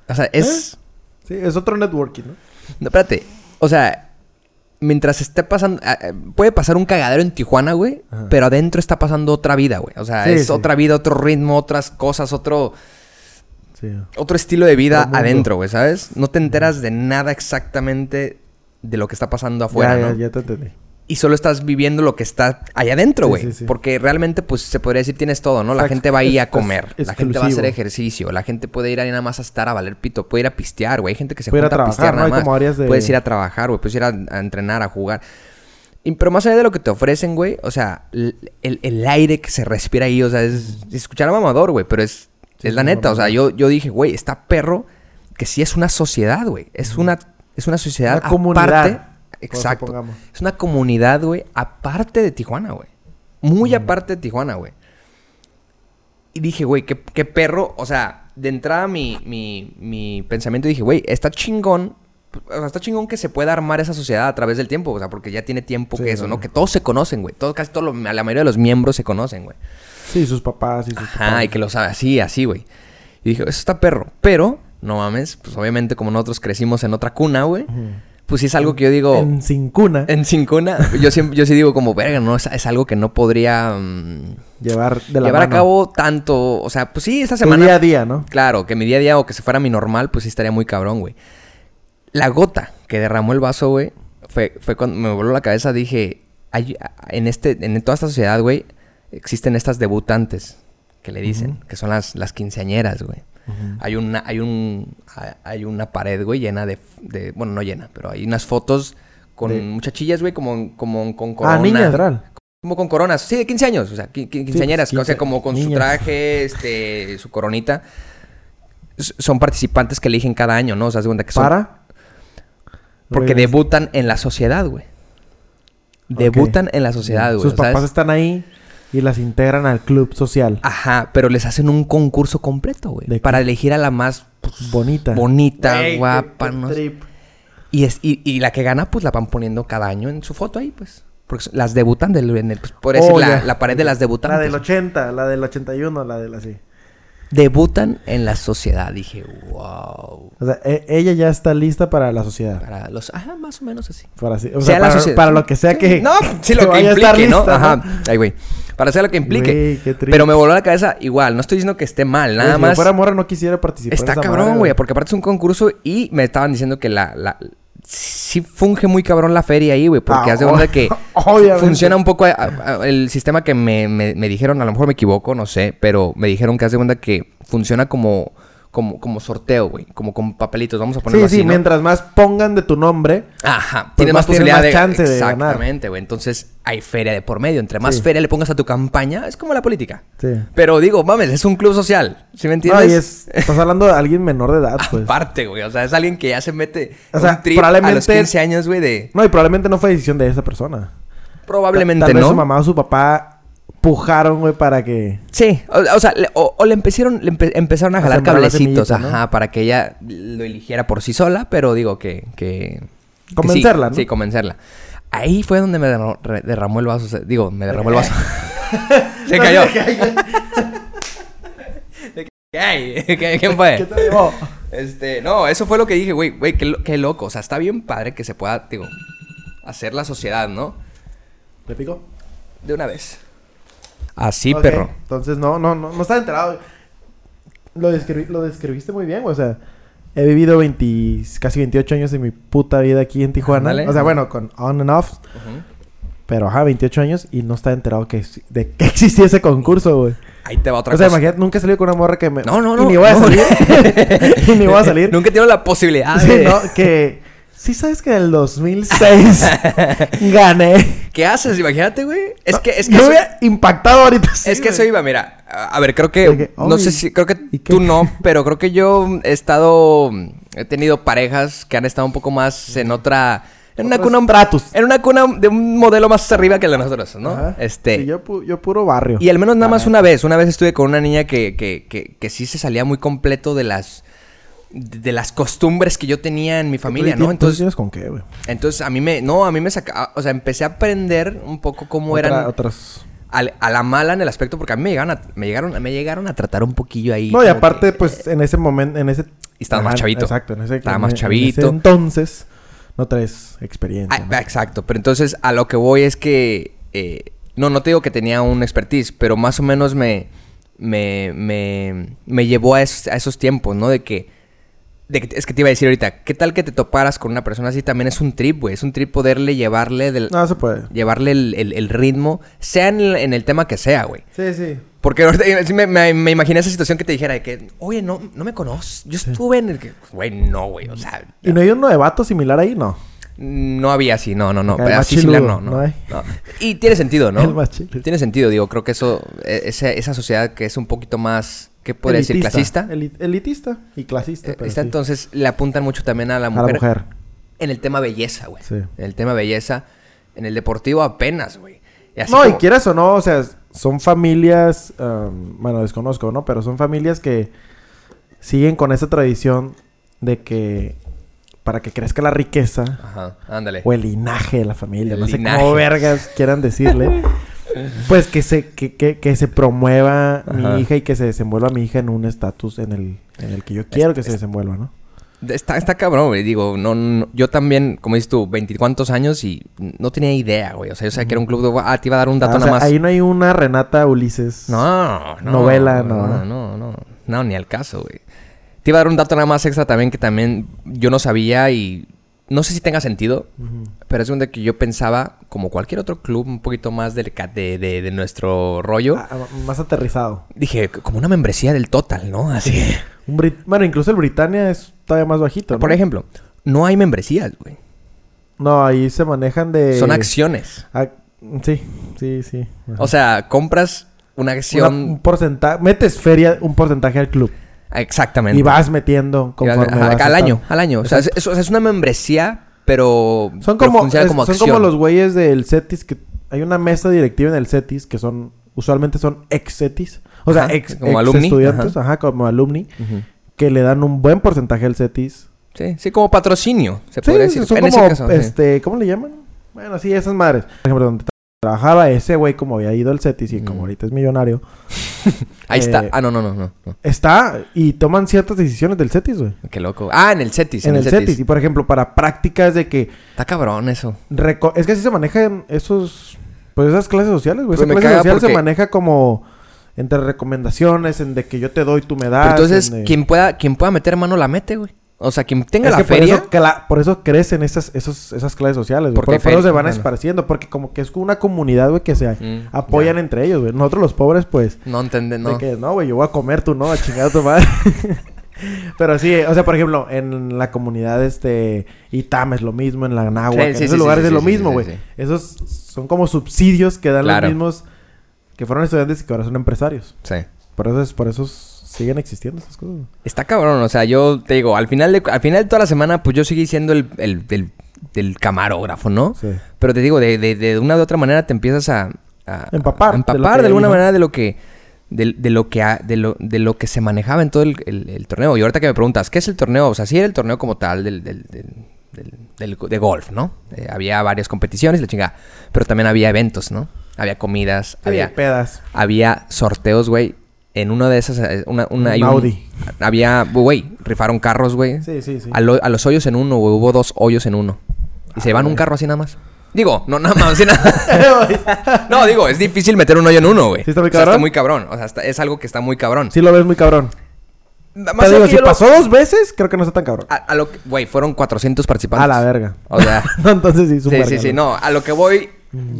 O sea, es...
Sí, es otro networking, ¿no?
No, espérate. O sea, mientras esté pasando... ah, eh, Puede pasar un cagadero en Tijuana, güey.
Ajá.
Pero adentro está pasando otra vida, güey. O sea,
Sí,
es
sí.
otra vida, otro ritmo, otras cosas, otro...
Sí.
Otro estilo de vida
Otro mundo.
adentro, güey, ¿sabes? No te enteras de nada exactamente de lo que está pasando afuera,
ya,
¿no?
ya, ya te entendí.
y solo estás viviendo lo que está allá adentro,
Sí,
güey.
sí, sí.
Porque realmente, pues, se podría decir tienes todo, ¿no? La
Exacto.
gente va ahí
Es-
a comer.
es
la gente va a hacer
exclusivo.
ejercicio. La gente puede ir ahí nada más a estar a valer pito. Puede ir a pistear, güey. Hay gente que se
Puede ir a
junta a,
trabajar,
pistear
¿no?
nada
Hay
más.
como áreas de-
Puedes ir a trabajar, güey. Puedes ir a, a entrenar, a jugar. Y- pero más allá de lo que te ofrecen, güey. O sea, l- el, el aire que se respira ahí, o sea, es... Escuchar a mamador, güey. Pero es... es la
sí,
neta. O sea,
mamador.
yo, yo dije, güey, está perro que sí es una sociedad, güey. Es una... Es una sociedad
Una comunidad,
aparte.
pues,
Exacto.
supongamos.
Es una comunidad, güey, aparte de Tijuana, güey. Muy aparte de Tijuana, güey. Y dije, güey, qué, qué perro. O sea, de entrada mi, mi, mi pensamiento dije, güey, está chingón. O sea, está chingón que se pueda armar esa sociedad a través del tiempo. O sea, porque ya tiene tiempo
Sí,
que eso,
claro.
¿no? Que todos se conocen, güey. Todos, casi todos, los- la mayoría de los miembros se conocen, güey.
Sí, sus papás y sus
Ajá,
papás.
y que lo sabe así, así, güey. Y dije, eso está perro. Pero, no mames, pues obviamente como nosotros crecimos en otra cuna, güey.
Ujú.
pues sí es algo que yo digo...
En Cincuna.
En Cincuna, yo, siempre, yo sí digo como, verga, no, es, es algo que no podría mm,
Llevar de la
llevar a
mano
cabo tanto. O sea, pues sí, esta
tu
semana.
día a día, ¿no?
Claro, que mi día a día o que se fuera mi normal, pues sí estaría muy cabrón, güey. La gota que derramó el vaso, güey, fue, fue cuando me voló la cabeza. Dije, hay- en, este, en toda esta sociedad, güey, existen estas debutantes que le dicen,
Ujú.
que son las, las quinceañeras, güey.
Ujú.
Hay una, hay un, ha- hay una pared, güey, llena de, de- bueno, no llena, pero hay unas fotos con
De-
muchachillas, güey, como, como con
Ah,
corona.
niña, literal.
Como con coronas, sí, de 15 años, o sea, qui- qui- quinceañeras,
pues,
o sea,
15
como con su
niñas.
traje, este, su coronita. S- Son participantes que eligen cada año, ¿no? O sea, haz de cuenta que son.
Para.
Porque
Regresar.
debutan en la sociedad, güey.
Ok.
Debutan en la sociedad, güey.
Sus
¿sabes?
papás están ahí y las integran al club
Ah,
social.
Ajá, pero les hacen un concurso completo, güey.
¿De
Para
qué?
elegir a la más pues,
Bonita.
bonita,
Güey, qué-
guapa,
qué
no sé.
trip.
Y, es, y, y la que gana, pues la van poniendo cada año en su foto ahí, pues. Porque son- las debutan del. en el- pues, por decir,
Oh,
la,
ya.
la pared de las debutantes.
La del
güey.
80, la del 81, la de la sí.
Debutan en la sociedad. Dije, wow.
O sea, e- ella ya está lista para la sociedad.
Para los. Ajá, más o menos así.
Para, así- o
Sea
sea,
la
para,
sociedad.
para lo que sea que.
No, sí, lo que
vaya a
implique,
estar
¿no?
lista,
Ajá. Ay, güey. Para hacer lo que implique.
Güey, qué triste.
Pero me voló la cabeza igual. No estoy diciendo que esté mal,
Güey,
nada
si yo
más.
fuera morra no quisiera participar. en
Está
esa
cabrón,
madre,
güey. Porque aparte es un concurso y me estaban diciendo que la. la Sí funge muy cabrón la feria ahí, güey, porque
Ah,
hace onda
ob-
que
obviamente.
funciona un poco a- a- a- el sistema que me, me- me dijeron, a lo mejor me equivoco, no sé, pero me dijeron que hace onda que funciona como, como, como sorteo, güey, como con papelitos, vamos a ponerlo
Sí,
así,
sí,
¿no?
mientras más pongan de tu nombre.
Ajá,
Pues
tienes más
más tiene
posibilidad
más
de,
chance de ganar.
Exactamente, güey. Entonces hay feria de por medio. Entre más
Sí.
feria le pongas a tu campaña, es como la política.
Sí.
Pero digo, mames, es un club social. ¿Sí me entiendes?
No, y es, estás hablando de alguien menor de edad, pues.
Aparte, güey. O sea, es alguien que ya se mete
O
un
sea,
trip a los
probablemente-
15 años, güey, de...
No, y probablemente no fue decisión de esa persona.
Probablemente
Tal vez
no.
su mamá o su papá pujaron, güey, para que.
Sí, o, o sea, le- o, o le, empezaron, le empe- empezaron a
A
jalar
sembrar la
cablecitos,
semillita, ¿no?
ajá, para que ella lo eligiera por sí sola, pero digo que... que que
Convencerla,
sí,
¿no?
Sí, convencerla. Ahí fue donde me derramó, re- derramó el vaso. o sea, digo, me derramó el vaso. se cayó. ¿Qué hay? ¿Qué- ¿Quién fue?
¿Qué te digo?
Este, no, eso fue lo que dije, güey, güey, qué, lo- qué loco. O sea, está bien padre que se pueda, digo, hacer la sociedad, ¿no?
¿Le pico?
De una vez. Así,
Ok,
perro.
Entonces, no, no, no, no estaba enterado. Lo, describí- lo describiste muy bien, güey. O sea, he vivido 20, casi 28 años de mi puta vida aquí en Tijuana.
Ándale.
O sea, bueno, con on and off.
Ujú.
Pero, ajá, 28 años y no estaba enterado que, ex- de que existía ese concurso, güey.
Ahí te va otra
O sea,
cosa.
imagínate, nunca he salido con una morra que me...
No, no,
Y
no.
ni voy a
no.
salir. y ni voy a salir.
Nunca he tenido la posibilidad
Sí,
Ah, de...
no, que... Sí sabes que en el 2006 gané.
¿Qué haces? Imagínate, güey. Es que, es que...
Yo
eso-
hubiera impactado ahorita. sí,
Es que
güey.
eso iba, mira. A a ver, creo que.
De que,
no sé
"Ay,
si. Creo que
¿y qué?"
tú no, pero creo que yo he estado. He tenido parejas que han estado un poco más en otra. En una
Otros
cuna.
tratos.
En una cuna de un modelo más arriba que la de nosotros, ¿no?
Ajá.
Este.
Sí, yo, pu- yo puro barrio.
Y al menos nada más una vez. Una vez estuve con una niña que, que, que, que sí se salía muy completo de las. De las costumbres que yo tenía en mi familia,
Tú- tú-
¿no?
tú
Entonces,
tienes con qué, güey?
entonces a mí me. No, a mí me sacaba. O sea, empecé a aprender un poco cómo
Otra-
eran
Otras...
al- a la mala en el aspecto porque a mí me llegaron a, me llegaron, me llegaron a tratar un poquillo ahí.
No, y
como
aparte,
que, eh,
pues, en ese momento, en ese...
Y estabas más
Ajá,
chavito.
Exacto, en ese...
Estaba
en-
más
en ese
chavito.
entonces, no traes
ah,
experiencia. ¿no?
ah, exacto, pero entonces a lo que voy es que eh, no, no te digo que tenía un expertise, pero más o menos me me, me, me llevó a esos, a esos tiempos, ¿no? De que, de que es que te iba a decir ahorita, ¿qué tal que te toparas con una persona así? También es un trip, güey, es un trip poderle llevarle del
No, se puede.
llevarle el, el- el ritmo, sea en el- en el tema que sea, güey.
Sí, sí.
Porque ahorita, eh, sí me, me- me imaginé esa situación que te dijera de que, oye, no, no me conoces. Yo estuve en el que, güey, no, güey, o sea,
¿Y no hay uno de vato similar ahí? No.
no había así, no, no, no,
Acá
pero
el más
así similar no,
chiludo,
no,
¿no hay?
no. Y tiene sentido, ¿no?
El más chiludo.
Tiene sentido, digo, creo que eso, e- esa, esa sociedad que es un poquito más, ¿qué podría decir?
Elitista.
Clasista.
Eli- elitista y clasista.
Eh,
pero
está
sí.
entonces le apuntan mucho también a la
A la
mujer.
mujer.
En el tema belleza, güey.
Sí.
En el tema belleza, en el deportivo apenas, güey. Y así
No, y
como-
quieras o no, o sea, son familias, am, bueno, desconozco, ¿no? Pero son familias que siguen con esa tradición de que para que crezca la riqueza
Ajá, ándale.
o el linaje de la familia,
El
no sé
linaje.
cómo vergas quieran decirle, pues que se, que, que- que se promueva
Ajá.
mi hija y que se desenvuelva mi hija en un estatus en el, en el que yo quiero que se desenvuelva, ¿no?
Está, está cabrón, güey. Digo, no, no- yo también, como dices tú, veinticuantos años y no tenía idea, güey. O sea, yo sabía que era un club de... Ah, te iba a dar un dato
Ah, o
nada
sea,
más.
Ahí no hay una Renata Ulises.
No, no.
Novela, no.
No, no, no. No, ni al caso, güey. Te iba a dar un dato nada más extra también que también yo no sabía y no sé si tenga sentido,
Ujú.
pero es un de que yo pensaba, como cualquier otro club un poquito más delicado de, de- de nuestro rollo,
Ah, ah, más aterrizado.
dije, como una membresía del Total, ¿no? Así.
Un Brit- Bueno, incluso el Britannia es todavía más bajito. ¿no?
Por ejemplo, no hay membresías, güey.
No, ahí se manejan de.
Son acciones.
ac- Sí, sí, sí. Eh. Ajá.
O sea, compras una
Una-
acción...
un porcentaje. Metes feria, un porcentaje al club.
Exactamente.
Y vas metiendo
Y vas-
conforme
ajá,
vas
al
estando.
año, al año. O sea, es, es- o sea, es una membresía, pero...
Son
pero
como,
funciona
es-
como
son
acción.
como los güeyes del CETIS que hay una mesa directiva en el CETIS que son usualmente son ex CETIS, o sea,
Ajá,
ex,
como
ex
alumni,
estudiantes, ajá. como alumni
Ujú.
que le dan un buen porcentaje al CETIS.
Sí, sí, como patrocinio, se
Sí,
podría decir.
son
en ese
como
caso, sí.
este, ¿cómo le llaman? Bueno, sí, esas madres. Por ejemplo, donde tra- trabajaba ese güey como había ido al CETIS y como
Mm.
ahorita es millonario,
Ahí está.
eh,
Ah, no, no, no, no. no.
está y toman ciertas decisiones del CETIS, güey.
Qué loco. Ah, en el Cetis.
en el CETIS y por ejemplo, para prácticas de que
Está cabrón eso.
Reco- es que así se manejan esos... Pues esas clases sociales, güey.
Pero
Esa
me
clase
caga
social se
porque-
maneja como... Entre recomendaciones, en de que yo te doy, tú me das...
Pero entonces,
en de-
quien pueda, quien pueda meter mano la mete, güey. O sea, quien tenga
Es
la
que
feria.
Por eso, cla- por eso crecen esas, esos, esas clases sociales, güey.
Porque
Por, por eso
feria-
se van
bueno.
esparciendo. Porque como que es como una comunidad, güey, que se
Mm,
apoyan
ya.
entre ellos, güey. Nosotros los pobres, pues...
No entiende,
De
no.
que, no, güey, yo voy a comer, tú no, a chingar a tu madre. Pero sí, eh, o sea, por ejemplo, en la comunidad, este, Itam es lo mismo, en la Nahua,
Sí,
en
sí,
esos
sí,
lugares
sí,
es
sí,
lo
sí,
mismo,
sí,
güey.
sí.
Esos son como subsidios que dan
Claro.
los mismos que fueron estudiantes y que ahora son empresarios.
Sí.
Por eso, es- por eso s- siguen existiendo esas cosas. güey.
Está cabrón, o sea, yo te digo, al final de, al final de toda la semana, pues yo seguí siendo el, el, el- el camarógrafo, ¿no?
Sí.
Pero te digo, de, de- de una u otra manera te empiezas a, a-
Empapar
a
de
empapar
lo que
de,
hay,
alguna
¿no?
manera de lo que de, de lo que ha- de lo, de lo que se manejaba en todo el, el- el torneo. Y ahorita que me preguntas, ¿qué es el torneo? O sea, sí era el torneo como tal del, del- del- del- del- de golf, ¿no? Eh, había varias competiciones, la chingada. Pero también había eventos, ¿no? Había comidas, había,
Sí, pedas.
había sorteos, güey. En uno de esas, eh, una, una,
Un
hay
Audi.
Había, güey, rifaron carros, güey.
Sí, sí, Ah, sí.
A, lo- a los hoyos en uno, güey. Hubo dos hoyos en uno. Y se van un carro así nada más. Digo, no nada más, así nada. no, digo, es difícil meter un hoyo en uno, güey.
¿Sí está muy
O sea, está
cabrón?
muy cabrón. O sea, está- es algo que está muy cabrón.
sí lo ves muy cabrón.
Nada más es
Te digo,
que
si
yo lo-
pasó dos veces, creo que no está tan cabrón.
A, a lo que- güey, fueron 400 participantes.
A la verga.
Ah, O sea,
No, Entonces sí, es un
sí, sí,
verga,
sí.
¿no?
No, a lo que voy,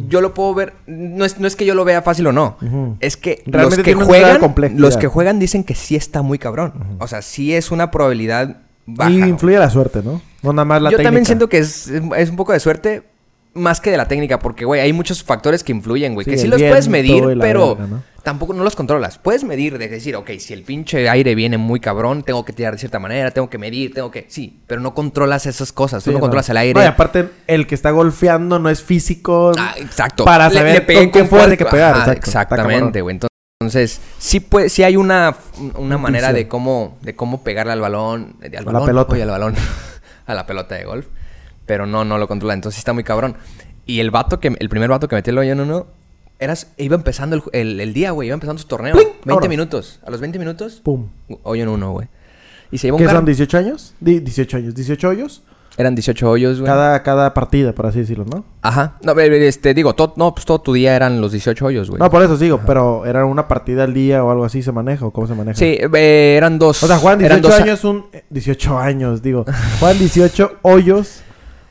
yo lo puedo ver. No es, no es que yo lo vea fácil o no.
Ujú.
Es que
Realmente
los que
tiene una gran
juegan,
complejidad.
los que juegan dicen que sí está muy cabrón. O sea, sí es una probabilidad baja.
Y
¿no?
influye la suerte, ¿no? No nada más la
Yo también
técnica.
siento que es, es un poco de suerte más que de la técnica, porque, güey, hay muchos factores que influyen, güey.
Sí,
que sí
el
los puedes
viento
medir,
y la
pero
verga, ¿no?
tampoco no los controlas. Puedes medir, de decir, ok, si el pinche aire viene muy cabrón, tengo que tirar de cierta manera, tengo que medir, tengo que. Sí, pero no controlas esas cosas. Tú
Sí,
no controlas el aire.
No, y aparte, el que está golfeando no es físico.
Ah, exacto.
Para
Le-
saber
le pegué
con qué
con
fuerte que
cuál-
pegar.
Ajá,
exacto. Está
exactamente,
cabrón.
güey. Entonces, entonces, sí, puede, sí hay una, una manera
Intuición.
de cómo, de cómo pegarle al balón. eh, Al
A la
balón,
pelota.
oye, al balón. a la pelota de golf. Pero no, no lo controla. Entonces sí está muy cabrón. Y el vato que, el primer vato que metió el hoyo en uno, eras, iba empezando el, ju- el- el día, güey. Iba empezando su torneo.
¡Pling!
20
Vámonos.
minutos. A los 20 minutos,
Pum.
hoyo en uno, güey. Y se llevó un
¿Qué son?
carro.
¿18 años? Di- 18 años. 18 hoyos.
Eran 18 hoyos, güey.
Cada, cada partida, por así decirlo, ¿no?
Ajá. No, eh, este, digo, todo, no, pues todo tu día eran los 18 hoyos, güey.
No, por eso digo, pero era una partida al día o algo así, ¿se maneja o cómo se maneja?
Sí, eh, eran dos.
O sea, Juan,
eran
18
dos a-
años, un. eh, 18 años, digo. Juan, 18 hoyos,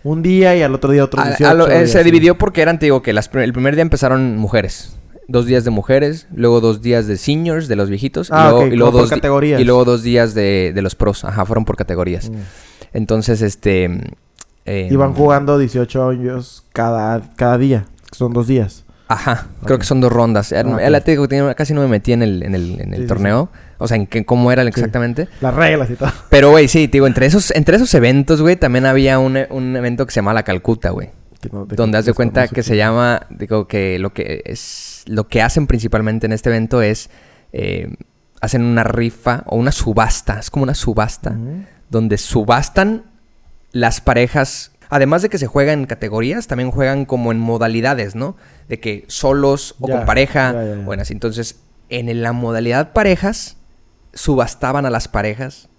un día y al otro día otro
a- a
18.
lo- eh,
y
se
así.
dividió porque eran, te digo, que las prim- el primer día empezaron mujeres. Dos días de mujeres, luego dos días de seniors, de los viejitos.
Ah,
y luego,
ok,
y luego
como por
dos di-
categorías. Mm.
Y luego dos días de, de los pros. Ajá, fueron por categorías. Entonces, este... eh,
Y van jugando 18 hoyos cada, cada día. que Son dos días.
Ajá, creo que son dos rondas. Era-
Ah, ok.
era la- te digo, tenía- casi no me metí en el, en el, en el
Sí, sí,
torneo. O sea, en qué, cómo era exactamente.
Las reglas y todo.
Pero, güey, sí, te digo, entre esos, entre esos eventos, güey, también había un, e- un evento que se llamaba La Calcuta, güey.
Que no-
donde haz de cuenta
desconozco.
que se llama, digo que lo que es lo que hacen principalmente en este evento es eh, hacen una rifa o una subasta, es como una subasta
Ujú.
donde subastan las parejas. Además de que se juega en categorías, también juegan como en modalidades, ¿no? De que solos o
Ya,
con pareja.
ya, ya, ya.
Bueno, así, entonces, en la modalidad parejas, subastaban a las parejas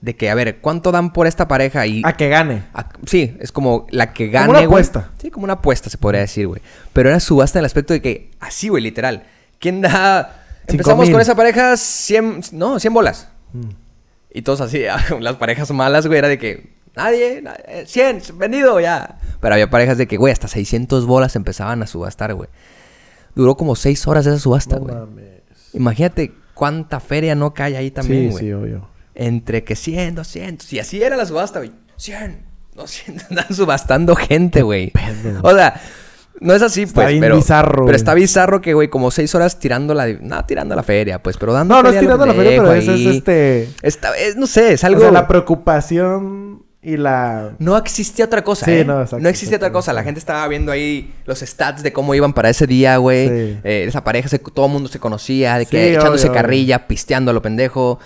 de que, a ver, ¿cuánto dan por esta pareja? Y
A Ah, que gane.
a- sí, es como la que gane.
una
güey.
apuesta.
Sí, como una apuesta, se podría decir, güey. Pero era subasta en el aspecto de que, así, güey, literal. ¿Quién da.
Cinco
Empezamos
mil.
con esa pareja 100. No, 100 bolas.
Mm.
Y todos así, ah, las parejas malas, güey, era de que. Nadie, na- eh, 100, vendido ya. Pero había parejas de que, güey, hasta 600 bolas empezaban a subastar, güey. Duró como 6 horas esa subasta, güey. Imagínate cuánta feria no cae ahí también,
sí,
güey.
sí, obvio.
Entre que 100, 200. Y así era la subasta, güey. 100, 200. Andan subastando gente, güey. O sea, no es así, pues.
bien
pero,
bizarro,
Pero
güey.
está bizarro que, güey, como seis horas tirando la... No, tirando la feria, pues. Pero dando
No, no es
feria a lo
tirando la feria, pero
pendejo
es, es
ahí.
este.
Esta- es- no sé, es
O
algo...
sea, la preocupación y la.
No existía otra cosa,
Sí,
¿eh?
no, exacto,
existía otra
exacto.
cosa. La gente estaba viendo ahí los stats de cómo iban para ese día, güey.
Sí.
Eh, esa pareja, se- todo el mundo se conocía, de que
Sí,
echándose
obvio, obvio.
carrilla, pisteando a lo pendejo.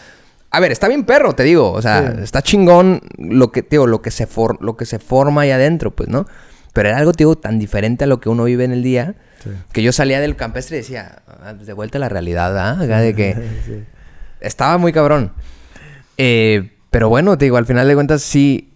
A ver, está bien perro, te digo. O sea,
Sí.
está chingón lo que, tío, lo que, se for- lo que se forma ahí adentro, pues, ¿no? Pero era algo, tío, tan diferente a lo que uno vive en el día.
Sí.
Que yo salía del campestre y decía, "Ah, de vuelta a la realidad, ¿ah? Acá de que...
Sí.
Estaba muy cabrón. Eh, pero bueno, te digo, al final de cuentas sí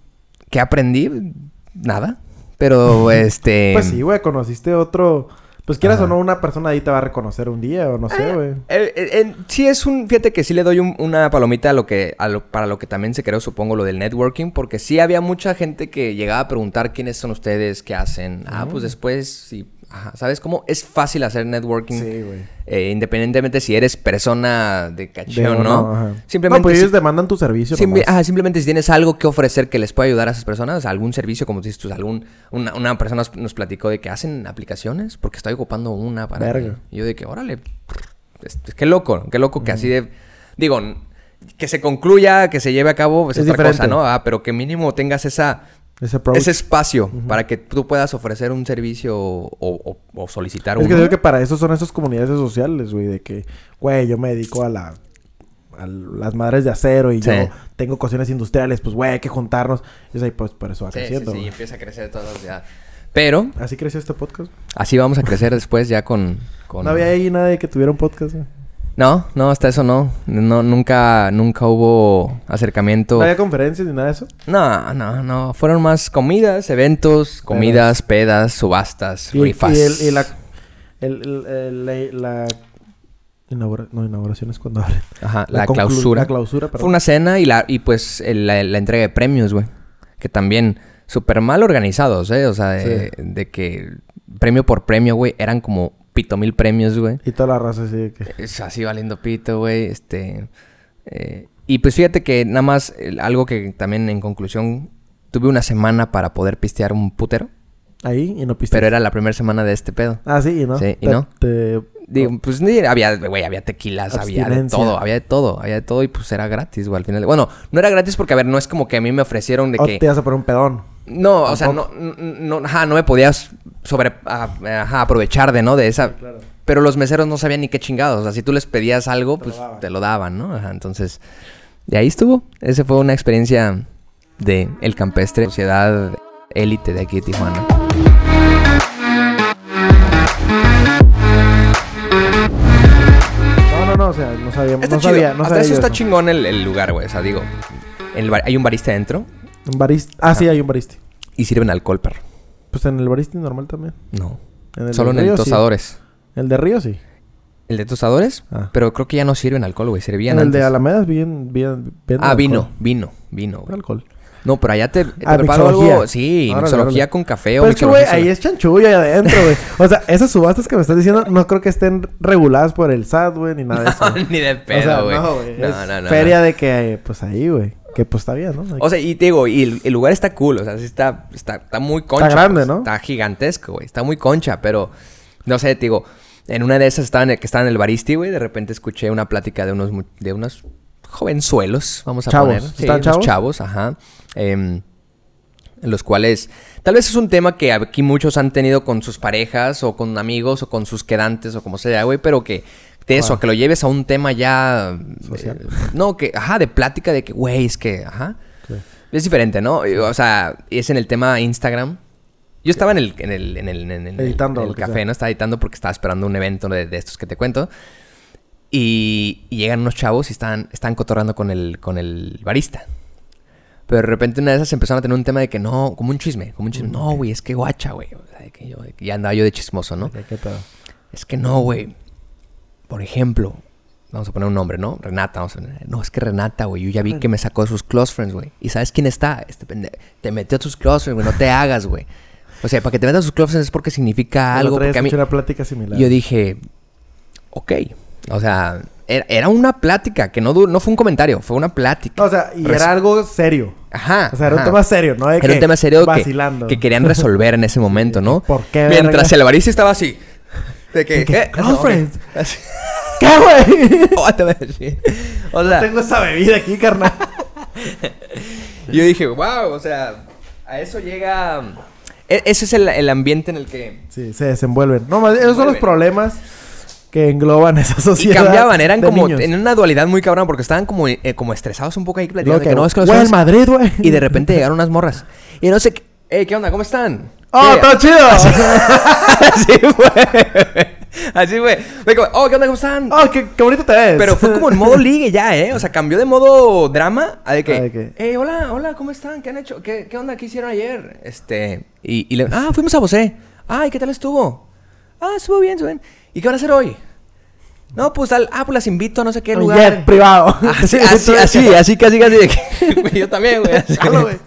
que aprendí nada. Pero este.
Pues sí, güey, conociste otro. Pues quieras o no, una persona ahí te va a reconocer un día, o no sé, güey.
Eh, eh, eh, sí es un, fíjate que sí le doy un- una palomita a lo que, a lo- para lo que también se creó, supongo, lo del networking, porque sí había mucha gente que llegaba a preguntar quiénes son ustedes, qué hacen. Ah, pues después, sí, ajá, ¿sabes cómo? Es fácil hacer networking.
Sí, güey.
eh, independientemente si eres persona de
De
cacheo o
uno,
no.
ajá.
Simplemente
No, pues
si-
ellos demandan tu servicio.
Simple-
nomás.
ajá, simplemente si tienes algo que ofrecer que les pueda ayudar a esas personas, algún servicio, como dices tú, algún, una, una persona nos- nos platicó de que hacen aplicaciones porque estoy ocupando una para. mí.
Verga.
Y yo de que, órale, es- es- qué loco, qué loco que así de. Digo, n- que se concluya, que se lleve a cabo, pues
Es
es otra cosa,
diferente.
¿no? Ah, pero que mínimo tengas esa,
Ese approach.
ese espacio para que tú puedas ofrecer un servicio o, o- o solicitar
Es que
uno.
digo que para eso son esas comunidades sociales, güey, de que, güey, yo me dedico a la a las madres de acero y
Sí.
yo tengo cocinas industriales, pues güey, hay que juntarnos. Y es ahí pues por eso va
Sí, sí,
creciendo.
sí,
güey.
empieza a crecer toda la sociedad. Pero
Así creció este podcast.
así vamos a crecer después ya con. con
No había ahí nadie que tuviera un podcast. güey.
No, no, hasta eso no. No, nunca, nunca hubo acercamiento.
No había conferencias ni nada de eso.
No, no, no. Fueron más comidas, eventos, comidas, pedas, subastas,
Y,
rifas.
y el- y la, el- el- el- la- la inaugura- no, inauguración es cuando abre.
Ajá, Ah, la,
conclu-
clausura.
La clausura,
Fue
perdón.
una cena y la, y pues el- la, la entrega de premios, güey. Que también, súper mal organizados, eh. O sea, de, de que premio por premio, güey, eran como pito mil premios, güey.
Y toda la raza así de que.
Es pues, así valiendo pito, güey. Este. eh, y pues fíjate que nada más el- algo que también en conclusión tuve una semana para poder pistear un putero.
Ahí y no piste.
Pero era la primera semana de este pedo.
Ah, sí, y no.
Sí, y
Te-
no.
te-
Digo, pues ni- había, güey, había tequilas, había de
Abstinencia.
todo, había de todo, había de todo y pues era gratis, güey, al final. Bueno, no era gratis porque, a ver, no es como que a mí me ofrecieron de
o
que...
oh, te vas a poner un pedón.
No, o sea, no, no, no- ajá, no me podías sobre, a- ajá, aprovechar de, ¿no? De esa... Pero los meseros no sabían ni qué chingados. O sea, si tú les pedías algo, pues
daban.
te lo daban, ¿no? Ajá, entonces, de ahí estuvo. Esa fue una experiencia de El Campestre, sociedad élite de aquí de Tijuana.
No, no, no, o sea, no sabíamos.
Está
no
chido.
sabía, no
Hasta
sabía
eso
yo
está chingón el, el lugar, güey. O sea, digo, el bar- hay un barista dentro
Un barista. Ah, sí, hay un barista.
y sirven alcohol, perro.
Pues en el barista normal también.
No.
En
Solo en
de
el
Río sí.
tostadores.
El de Río sí.
El de tostadores,
Ah.
pero creo que ya no sirven alcohol, güey. Servían
en el
antes.
de Alamedas bien, bien, bien
ah,
alcohol.
vino, vino, vino, güey.
Alcohol.
No, pero allá te, te
Ah,
preparo
mixología.
algo. Sí,
Órale,
mixología
órale.
con café o
Pero es que, güey,
mixología
ahí
solo-
es chanchullo ahí adentro, güey. O sea, esas subastas que me estás diciendo no creo que estén reguladas por el SAT, güey, ni nada de eso. güey.
Ni de
o sea,
pedo, güey.
no, güey.
no,
es
no, no,
feria
no.
de que, eh, pues ahí, güey. Que pues está bien, ¿no?
O sea, y te digo, y el, el lugar está cool, o sea, sí está, está, está muy concha.
grande,
pues,
¿no?
Está gigantesco, güey. Está muy concha, pero no sé, te digo, en una de esas estaban, que estaban en el baristi, güey, de repente escuché una plática de unos, mu- de unos jovenzuelos, vamos a
Chavos.
poner. Sí,
¿Están
unos
chavos?
chavos, ajá. Em, en los cuales tal vez es un tema que aquí muchos han tenido con sus parejas o con amigos o con sus quedantes o como sea, güey, pero que de eso, a que lo lleves a un tema ya...
Social.
eh, no, que, ajá, de plática de que, güey, es que, ajá.
Sí.
Es diferente, ¿no? Y, O sea, es en el tema Instagram. Yo estaba en el, en el, en el, en el-
Editando,
en el
lo que
café,
sea.
¿no? Estaba editando porque estaba esperando un evento de, de estos que te cuento. Y, y llegan unos chavos y están, están cotorrando con el, con el barista. Pero de repente una de esas empezaron a tener un tema de que no, como un chisme, como un
Mm,
chisme. No, güey, es que guacha, güey. O sea, de que yo, de que ya andaba yo de chismoso, ¿no?
¿Qué, qué pedo?
Es que no, güey. Por ejemplo, vamos a poner un nombre, ¿no? Renata, vamos a poner. No, es que Renata, güey, yo ya vi que me sacó de sus close friends, güey. ¿Y sabes quién está? Este pende- Te metió a tus close friends, güey, no te hagas, güey. O sea, para que te metas a sus close friends es porque significa
El
algo.
otro día
Porque a mí,
escuché una plática similar.
yo dije, ok. O sea, era, era una plática que no, du- no fue un comentario, fue una plática.
No, o sea, y
Res-
era algo serio.
Ajá.
O sea, era
ajá.
un tema serio, ¿no? De
Era
que
un tema serio que,
vacilando.
que querían resolver en ese momento, ¿no?
¿Por qué,
Mientras
verga?
el avaricio estaba así. De que...
De que,
eh,
"Close
no, ok".
friends.
Así.
¿Qué, güey?
o sea,
Tengo esa bebida aquí, carnal.
yo dije, wow, o sea, a eso llega... E- ese es el, el ambiente en el que...
Sí, se desenvuelven. No, más, esos son los
Desenvuelven.
problemas que engloban esa
Y
sociedad.
cambiaban, eran
de
como...
niños.
En una dualidad muy cabrona porque estaban como, eh, como estresados un poco ahí platicando.
Luego
de que no, es que los
güey, el
hombres-
Madrid, güey.
Y de repente llegaron unas morras. Y no sé... qué- "Ey, ¿qué onda? ¿Cómo están?
¡Oh,
¿Qué?"
todo chido!
Así fue. Así fue. Fue como, oh, ¿qué onda? ¿Cómo están?
¡Oh, qué, qué bonito te ves!
Pero fue como en modo ligue ya, ¿eh? O sea, cambió de modo drama a de que...
Ah, de que-
"Ey, hola, hola, ¿cómo están? ¿Qué han hecho? ¿Qué, qué onda? ¿Qué hicieron ayer? Este... Y, y le... Ah, fuimos a Bosé. Ay, ¿qué tal estuvo? Ah, estuvo bien, estuvo bien. ¿Y qué van a hacer hoy? No, pues tal... Ah, pues las invito a no sé qué
Un
lugar.
jet privado.
Así, así, así, así, casi, casi. de que- Güey, Yo también, güey. así.
Jalo, güey.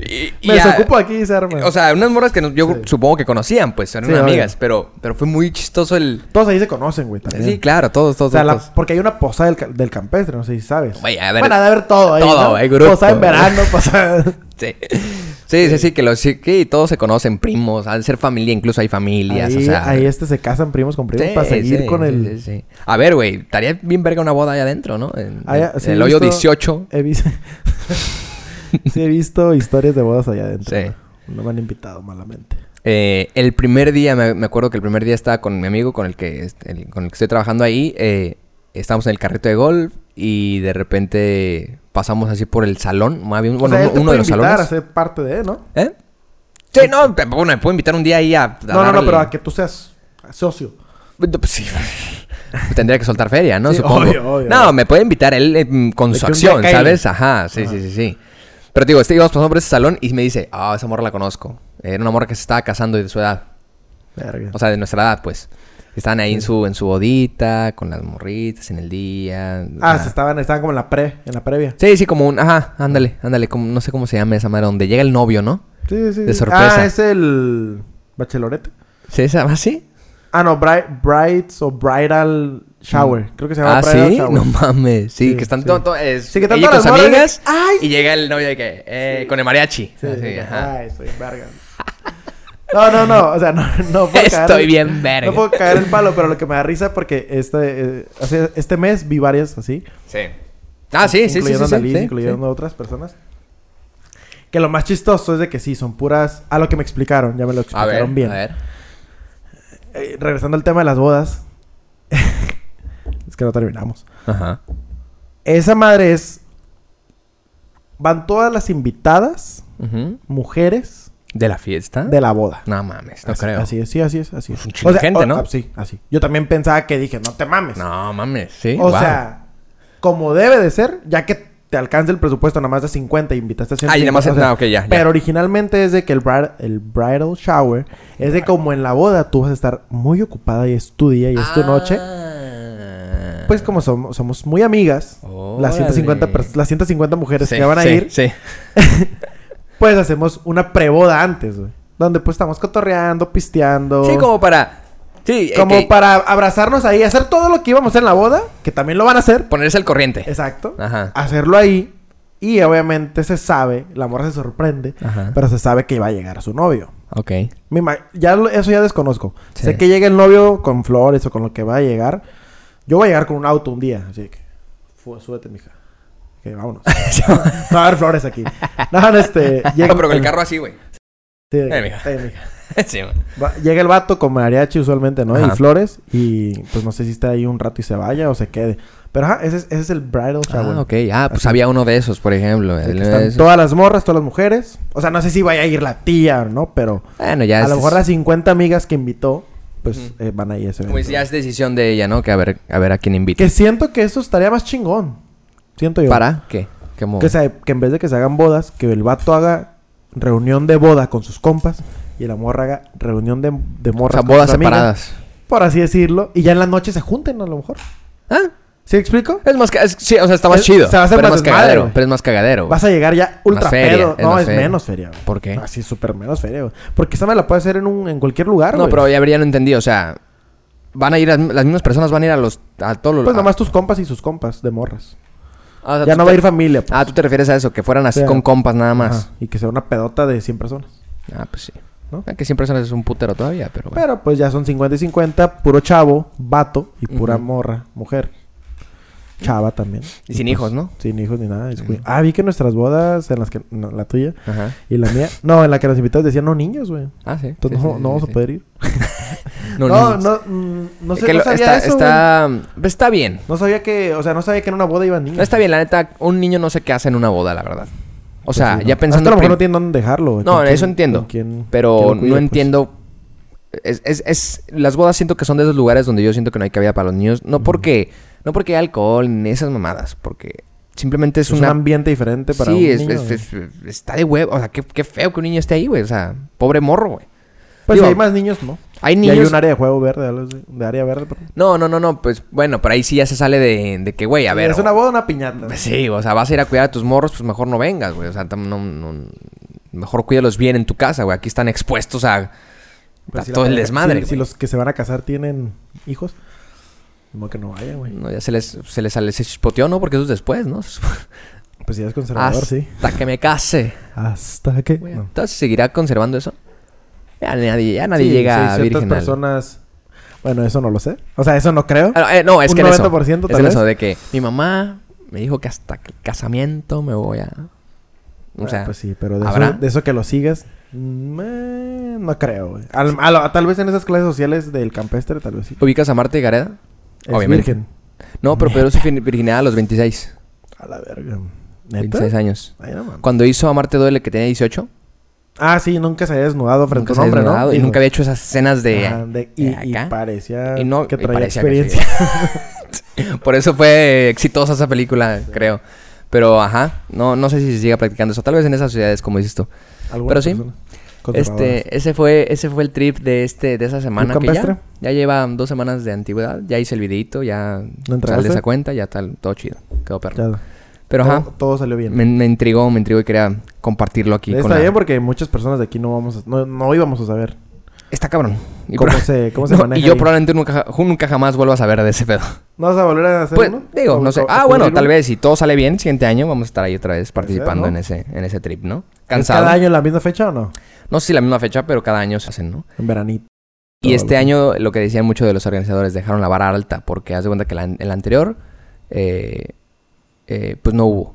Y- y
Me
ya-
desocupo aquí y se arma.
O sea, unas morras que no- yo supongo que conocían, pues, eran
Sí,
unas
obvio.
amigas, pero, pero fue muy chistoso el...
Todos ahí se conocen, güey, también.
Sí, claro, todos,
O
todos,
sea, la-
todos.
porque hay una posada del, ca- del campestre, no sé si sabes.
Güey, a ver-
bueno, ha de haber todo ahí.
Todo,
¿no?
hay grupo.
Posada en verano, posada.
Sí. Sí, sí, sí, que los sí, que todos se conocen, primos, al ser familia, incluso hay familias,
ahí,
o sea.
ahí este se casan primos con primos
Sí,
para seguir
sí,
con
sí,
el.
sí, sí. A ver, güey, estaría bien verga una boda allá adentro, ¿no? En,
Ah, ya,
en
sí,
el
he
hoyo
visto-
18.
He visto. sí, he visto historias de bodas allá adentro.
Sí.
No me han invitado malamente.
Eh, el primer día, me, me acuerdo que el primer día estaba con mi amigo con el que, este, el- con el que estoy trabajando ahí. eh, estábamos en el carrito de golf y de repente pasamos así por el salón. Había un-
O
bueno,
sea, él
uno,
te
uno de
puede
los
invitar
salones.
a ser parte de, ¿no?
¿Eh? Sí, no, te- bueno, me puedo invitar un día ahí a. a
No, no, no,
darle-
pero a que tú seas socio.
Pues sí. Tendría que soltar feria, ¿no?
Sí,
Supongo.
obvio, obvio,
no,
obvio.
me puede invitar él eh, con
De
su
que un
acción,
día caiga.
¿sabes? Ajá, sí, sí, sí, sí. Pero te digo, este, íbamos pasando por ese salón y me dice, ah, esa morra la conozco. Era una morra que se estaba casando de su edad.
Verga.
O sea, de nuestra edad, pues. Estaban ahí en su, en su bodita, con las morritas en el día.
ah,
ajá.
se estaban, estaban como en la pre, en la previa.
Sí, sí, como un, ajá, ándale, ándale, como, no sé cómo se llama esa madre, donde llega el novio, ¿no?
Sí, sí, sí.
De sorpresa.
Ah, es el Bachelorette.
¿Sí, esa, ah, sí?
Ah, no, Bright, Brights o Bridal Shower. Creo que se llama
Ah,
Bridal
sí,
Shower.
no mames, sí,
Sí,
que están
sí.
todo, todo- es-
Sí, que están
ella con sus
todas las morras de-
amigas
¡Ay!
y llega el novio de que, eh, con el mariachi.
Sí,
Así,
sí,
ajá.
Ay, estoy en verga. No, no, no. O sea, no, no puedo caer-
Estoy bien verga.
No puedo caer el palo, pero lo que me da risa porque este, eh, o sea, este mes vi varias así.
Sí. Ah, sí, sí, sí, sí,
incluyendo
sí,
a Dalí,
sí,
incluyendo a otras personas. Que lo más chistoso es de que sí, son puras... A lo que me explicaron, ya me lo
sí. A
explicaron
ver,
bien.
a ver.
Eh, regresando al tema de las bodas. es que no terminamos.
Ajá.
Esa madre es... Van todas las invitadas,
Ujú.
mujeres,
¿De la fiesta?
de la boda.
No mames, no
así,
creo.
Así es, sí, así es, así es.
Es un chingo de gente, ¿no?
ah, sí, así. Yo también pensaba que dije, no te mames.
No mames, sí.
o
wow.
sea, como debe de ser, ya que te alcanza el presupuesto nada más de 50 y invitaste a 100.
Ah, y nada más- no, ok, ya, ya.
Pero originalmente es de que el, bri- el bridal shower es de como en la boda tú vas a estar muy ocupada y es tu día y es tu noche.
Ah.
Pues como somos, somos muy amigas, las 150,
Órale.
pers- las 150 mujeres
Sí,
que van a
sí,
ir,
Sí.
pues hacemos una preboda antes, güey. Donde pues estamos cotorreando, pisteando.
Sí, como para. Sí, eh,
Como
que-
para abrazarnos ahí, hacer todo lo que íbamos a hacer en la boda, que también lo van a hacer.
Ponerse al corriente.
Exacto.
Ajá.
Hacerlo ahí. Y obviamente se sabe, la morra se sorprende,
Ajá.
pero se sabe que va a llegar su novio.
Ok.
Me ima- ya lo- eso ya desconozco.
Sí.
Sé que llega el novio con flores o con lo que va a llegar. Yo voy a llegar con un auto un día, así que. fu- Súbete, mija. Ok, vámonos. no va a haber flores aquí. No, no, este.
No, Ah, pero con el carro así, güey.
Sí,
Eh, mija.
eh, mija.
sí, güey.
Va- llega el vato con mariachi usualmente, ¿no?
Ajá.
Y flores. Y pues no sé si está ahí un rato y se vaya o se quede. Pero ajá, ese es, ese es el bridal
Ah,
shower.
ok. Ah, pues
Así.
había uno de esos, por ejemplo.
De que
El-
están
esos.
todas las morras, todas las mujeres. O sea, no sé si vaya a ir la tía, ¿no? Pero
Bueno, ya
a
es,
lo mejor las 50 amigas que invitó, pues eh, van a ir a ese
pues
evento.
ya es decisión de ella, ¿no? Que a ver, a ver a quién invita.
Que siento que eso estaría más chingón. Siento yo.
¿Para qué? Como...
Que, se- que en vez de que se hagan bodas, que el vato haga reunión de boda con sus compas y la morra haga reunión de, de
o sea,
morras con sus
bodas
amigas,
separadas.
por así decirlo. Y ya en la noche se junten a lo mejor.
Ah,
¿Sí me explico?
es más... ca- es- sí, o sea, está más
Es-
chido.
se va a hacer
pero es
más
más
desmadre,
cagadero.
güey.
Pero es más cagadero, güey.
Vas a llegar ya ultra
Más feria,
pedo.
es
no,
más
es
feria.
menos feria, güey.
¿Por qué?
Así súper menos feria, güey. Porque esa me la puede hacer en, un, en cualquier lugar,
No,
güey.
pero ya habrían entendido, o sea... Van a ir... las- las mismas personas van a ir a los... A todos los...
Pues
a-
nomás tus compas y sus compas de morras.
Ah, o sea,
Ya
tú
no va a
te-
ir familia. pues.
Ah, tú te refieres a eso, que fueran así
O sea,
con compas nada más.
Ajá. Y que sea una pedota de 100 personas.
Ah, pues sí.
¿No?
Ah, Que 100 personas es un putero todavía, pero bueno.
Pero pues ya son 50 y 50, puro chavo, vato y pura
Ujú.
morra, mujer. Chava también.
y sin
pues,
hijos, ¿no?
Sin hijos ni nada. descuido. Ah, vi que nuestras bodas, en las que no, la tuya
Ajá.
y la mía, no, en la que nos invitados decían no niños, güey.
Ah, sí.
Entonces
Sí, sí,
Pues no, no
sí,
vamos
sí.
a poder ir.
No,
no,
niños.
no, mm, no sé,
Que
no
lo-
sabía
está,
eso, güey.
está, pues está bien.
No sabía que, o sea, no sabía que en una boda iban niños.
No está bien, la neta, un niño no sé qué hace en una boda, la verdad. O sea,
Pues sí,
ya
no.
pensando...
Hasta a lo mejor
prim-
no tienen dónde dejarlo, güey.
No,
Pues, ¿Con
eso
quién-
entiendo.
con quién-
Pero
quién lo cuida,
no
pues?
entiendo... Es, es, es- las bodas siento que son de esos lugares donde yo siento que no hay cabida para los niños. No porque... No porque hay alcohol ni esas mamadas. Porque simplemente es,
Es un
una...
ambiente diferente para
sí,
un
es-
niño,
es-
güey.
es- está de huevo. O sea, qué, qué feo que un niño esté ahí, güey. O sea, pobre morro, güey.
Pues
digo,
si hay más niños, ¿no?
Hay
Y hay
niños...
un área de juego verde, algo así, de área verde. perdón.
No, no, no, no. Pues bueno, pero ahí sí ya se sale de, de que, güey, a ver...
Es una boda o una piñata.
Pues sí, o sea, vas a ir a cuidar a tus morros, pues mejor no vengas, güey. O sea, tam- no, no- mejor cuídalos bien en tu casa, güey. Aquí están expuestos a, a
Pero si Pues la
todo el
pareja-
desmadre,
Si, si
güey.
los que se van a casar tienen hijos, no que no vayan, güey.
No, ya se les, se les, sale- se chispoteó, ¿no? Porque eso es después, ¿no?
Pues si eres conservador, sí.
Hasta que me case.
Hasta que.
Güey,
no.
Entonces, ¿seguirá conservando eso? Ya nadie, ya nadie
Sí, sí,
llega a
ciertas
virgen. al-
personas. Bueno, eso no lo sé. O sea, eso no creo.
Ah, eh, no, es
Un
que en eso.
90%
es
tal
en
vez.
eso de que mi mamá me dijo que hasta el casamiento me voy a... O
Ah,
sea,
pues sí, pero de,
¿habrá?
eso, de eso que lo sigas, mm, eh, no creo, güey. Al- a lo- tal vez en esas clases sociales del campestre, tal vez sí.
¿ubicas a Marta y Gareda?
Es
Obviamente.
virgen.
No, pero Pedro se fin- virginidad a los 26.
A la verga.
26
¿Neta?
años.
Ay, no mames.
Cuando hizo Amarte Duele, que tenía 18,
Ah, sí, nunca se había desnudado frente
nunca se
a un
había
hombre,
desnudado
¿no?
y
Dijo.
nunca había hecho esas escenas de,
Ajá, de- y,
de
y
acá.
parecía
Y no-
que
y
traía
parecía que
experiencia.
Por eso fue exitosa esa película, creo. Pero, ajá, no, no sé si se siga practicando eso. Tal vez en esas ciudades, como dices tú.
Algunas
Pero sí,
personas conservadoras.
Este, ese fue, ese fue el trip de este, de esa semana que
campestre?
ya, ya lleva dos semanas de antigüedad. Ya hice el videito, ya sale
entregaste?
esa cuenta, ya tal, todo chido. Quedó perro.
Ya,
Pero
todo,
ajá,
todo salió bien.
me, me intrigó, me intrigó y quería compartirlo aquí
Está
con la-
bien porque muchas personas de aquí no vamos a- no, no íbamos a saber
Está cabrón. Y
cómo
pro-
se, cómo se
No,
maneja.
Y yo
ahí.
probablemente nunca, ja- ju- nunca jamás vuelva a saber de ese pedo.
¿No vas a volver a hacer
Pues,
uno?
digo,
¿O-
no sé.
o-
Ah, bueno,
ocurrir
tal
uno?
vez si todo sale bien, siguiente año vamos a estar ahí otra vez
Puede ser,
participando
¿no?
en ese en ese trip, ¿no?
¿Es
Cansado.
cada año en la misma fecha o no?
No sé si la misma fecha, pero cada año se hacen, ¿no?
En veranito.
Y
Todo
este
lo-
año, lo que decían muchos de los organizadores, dejaron la vara alta, porque haz de cuenta que la, el anterior, eh, eh, pues no hubo.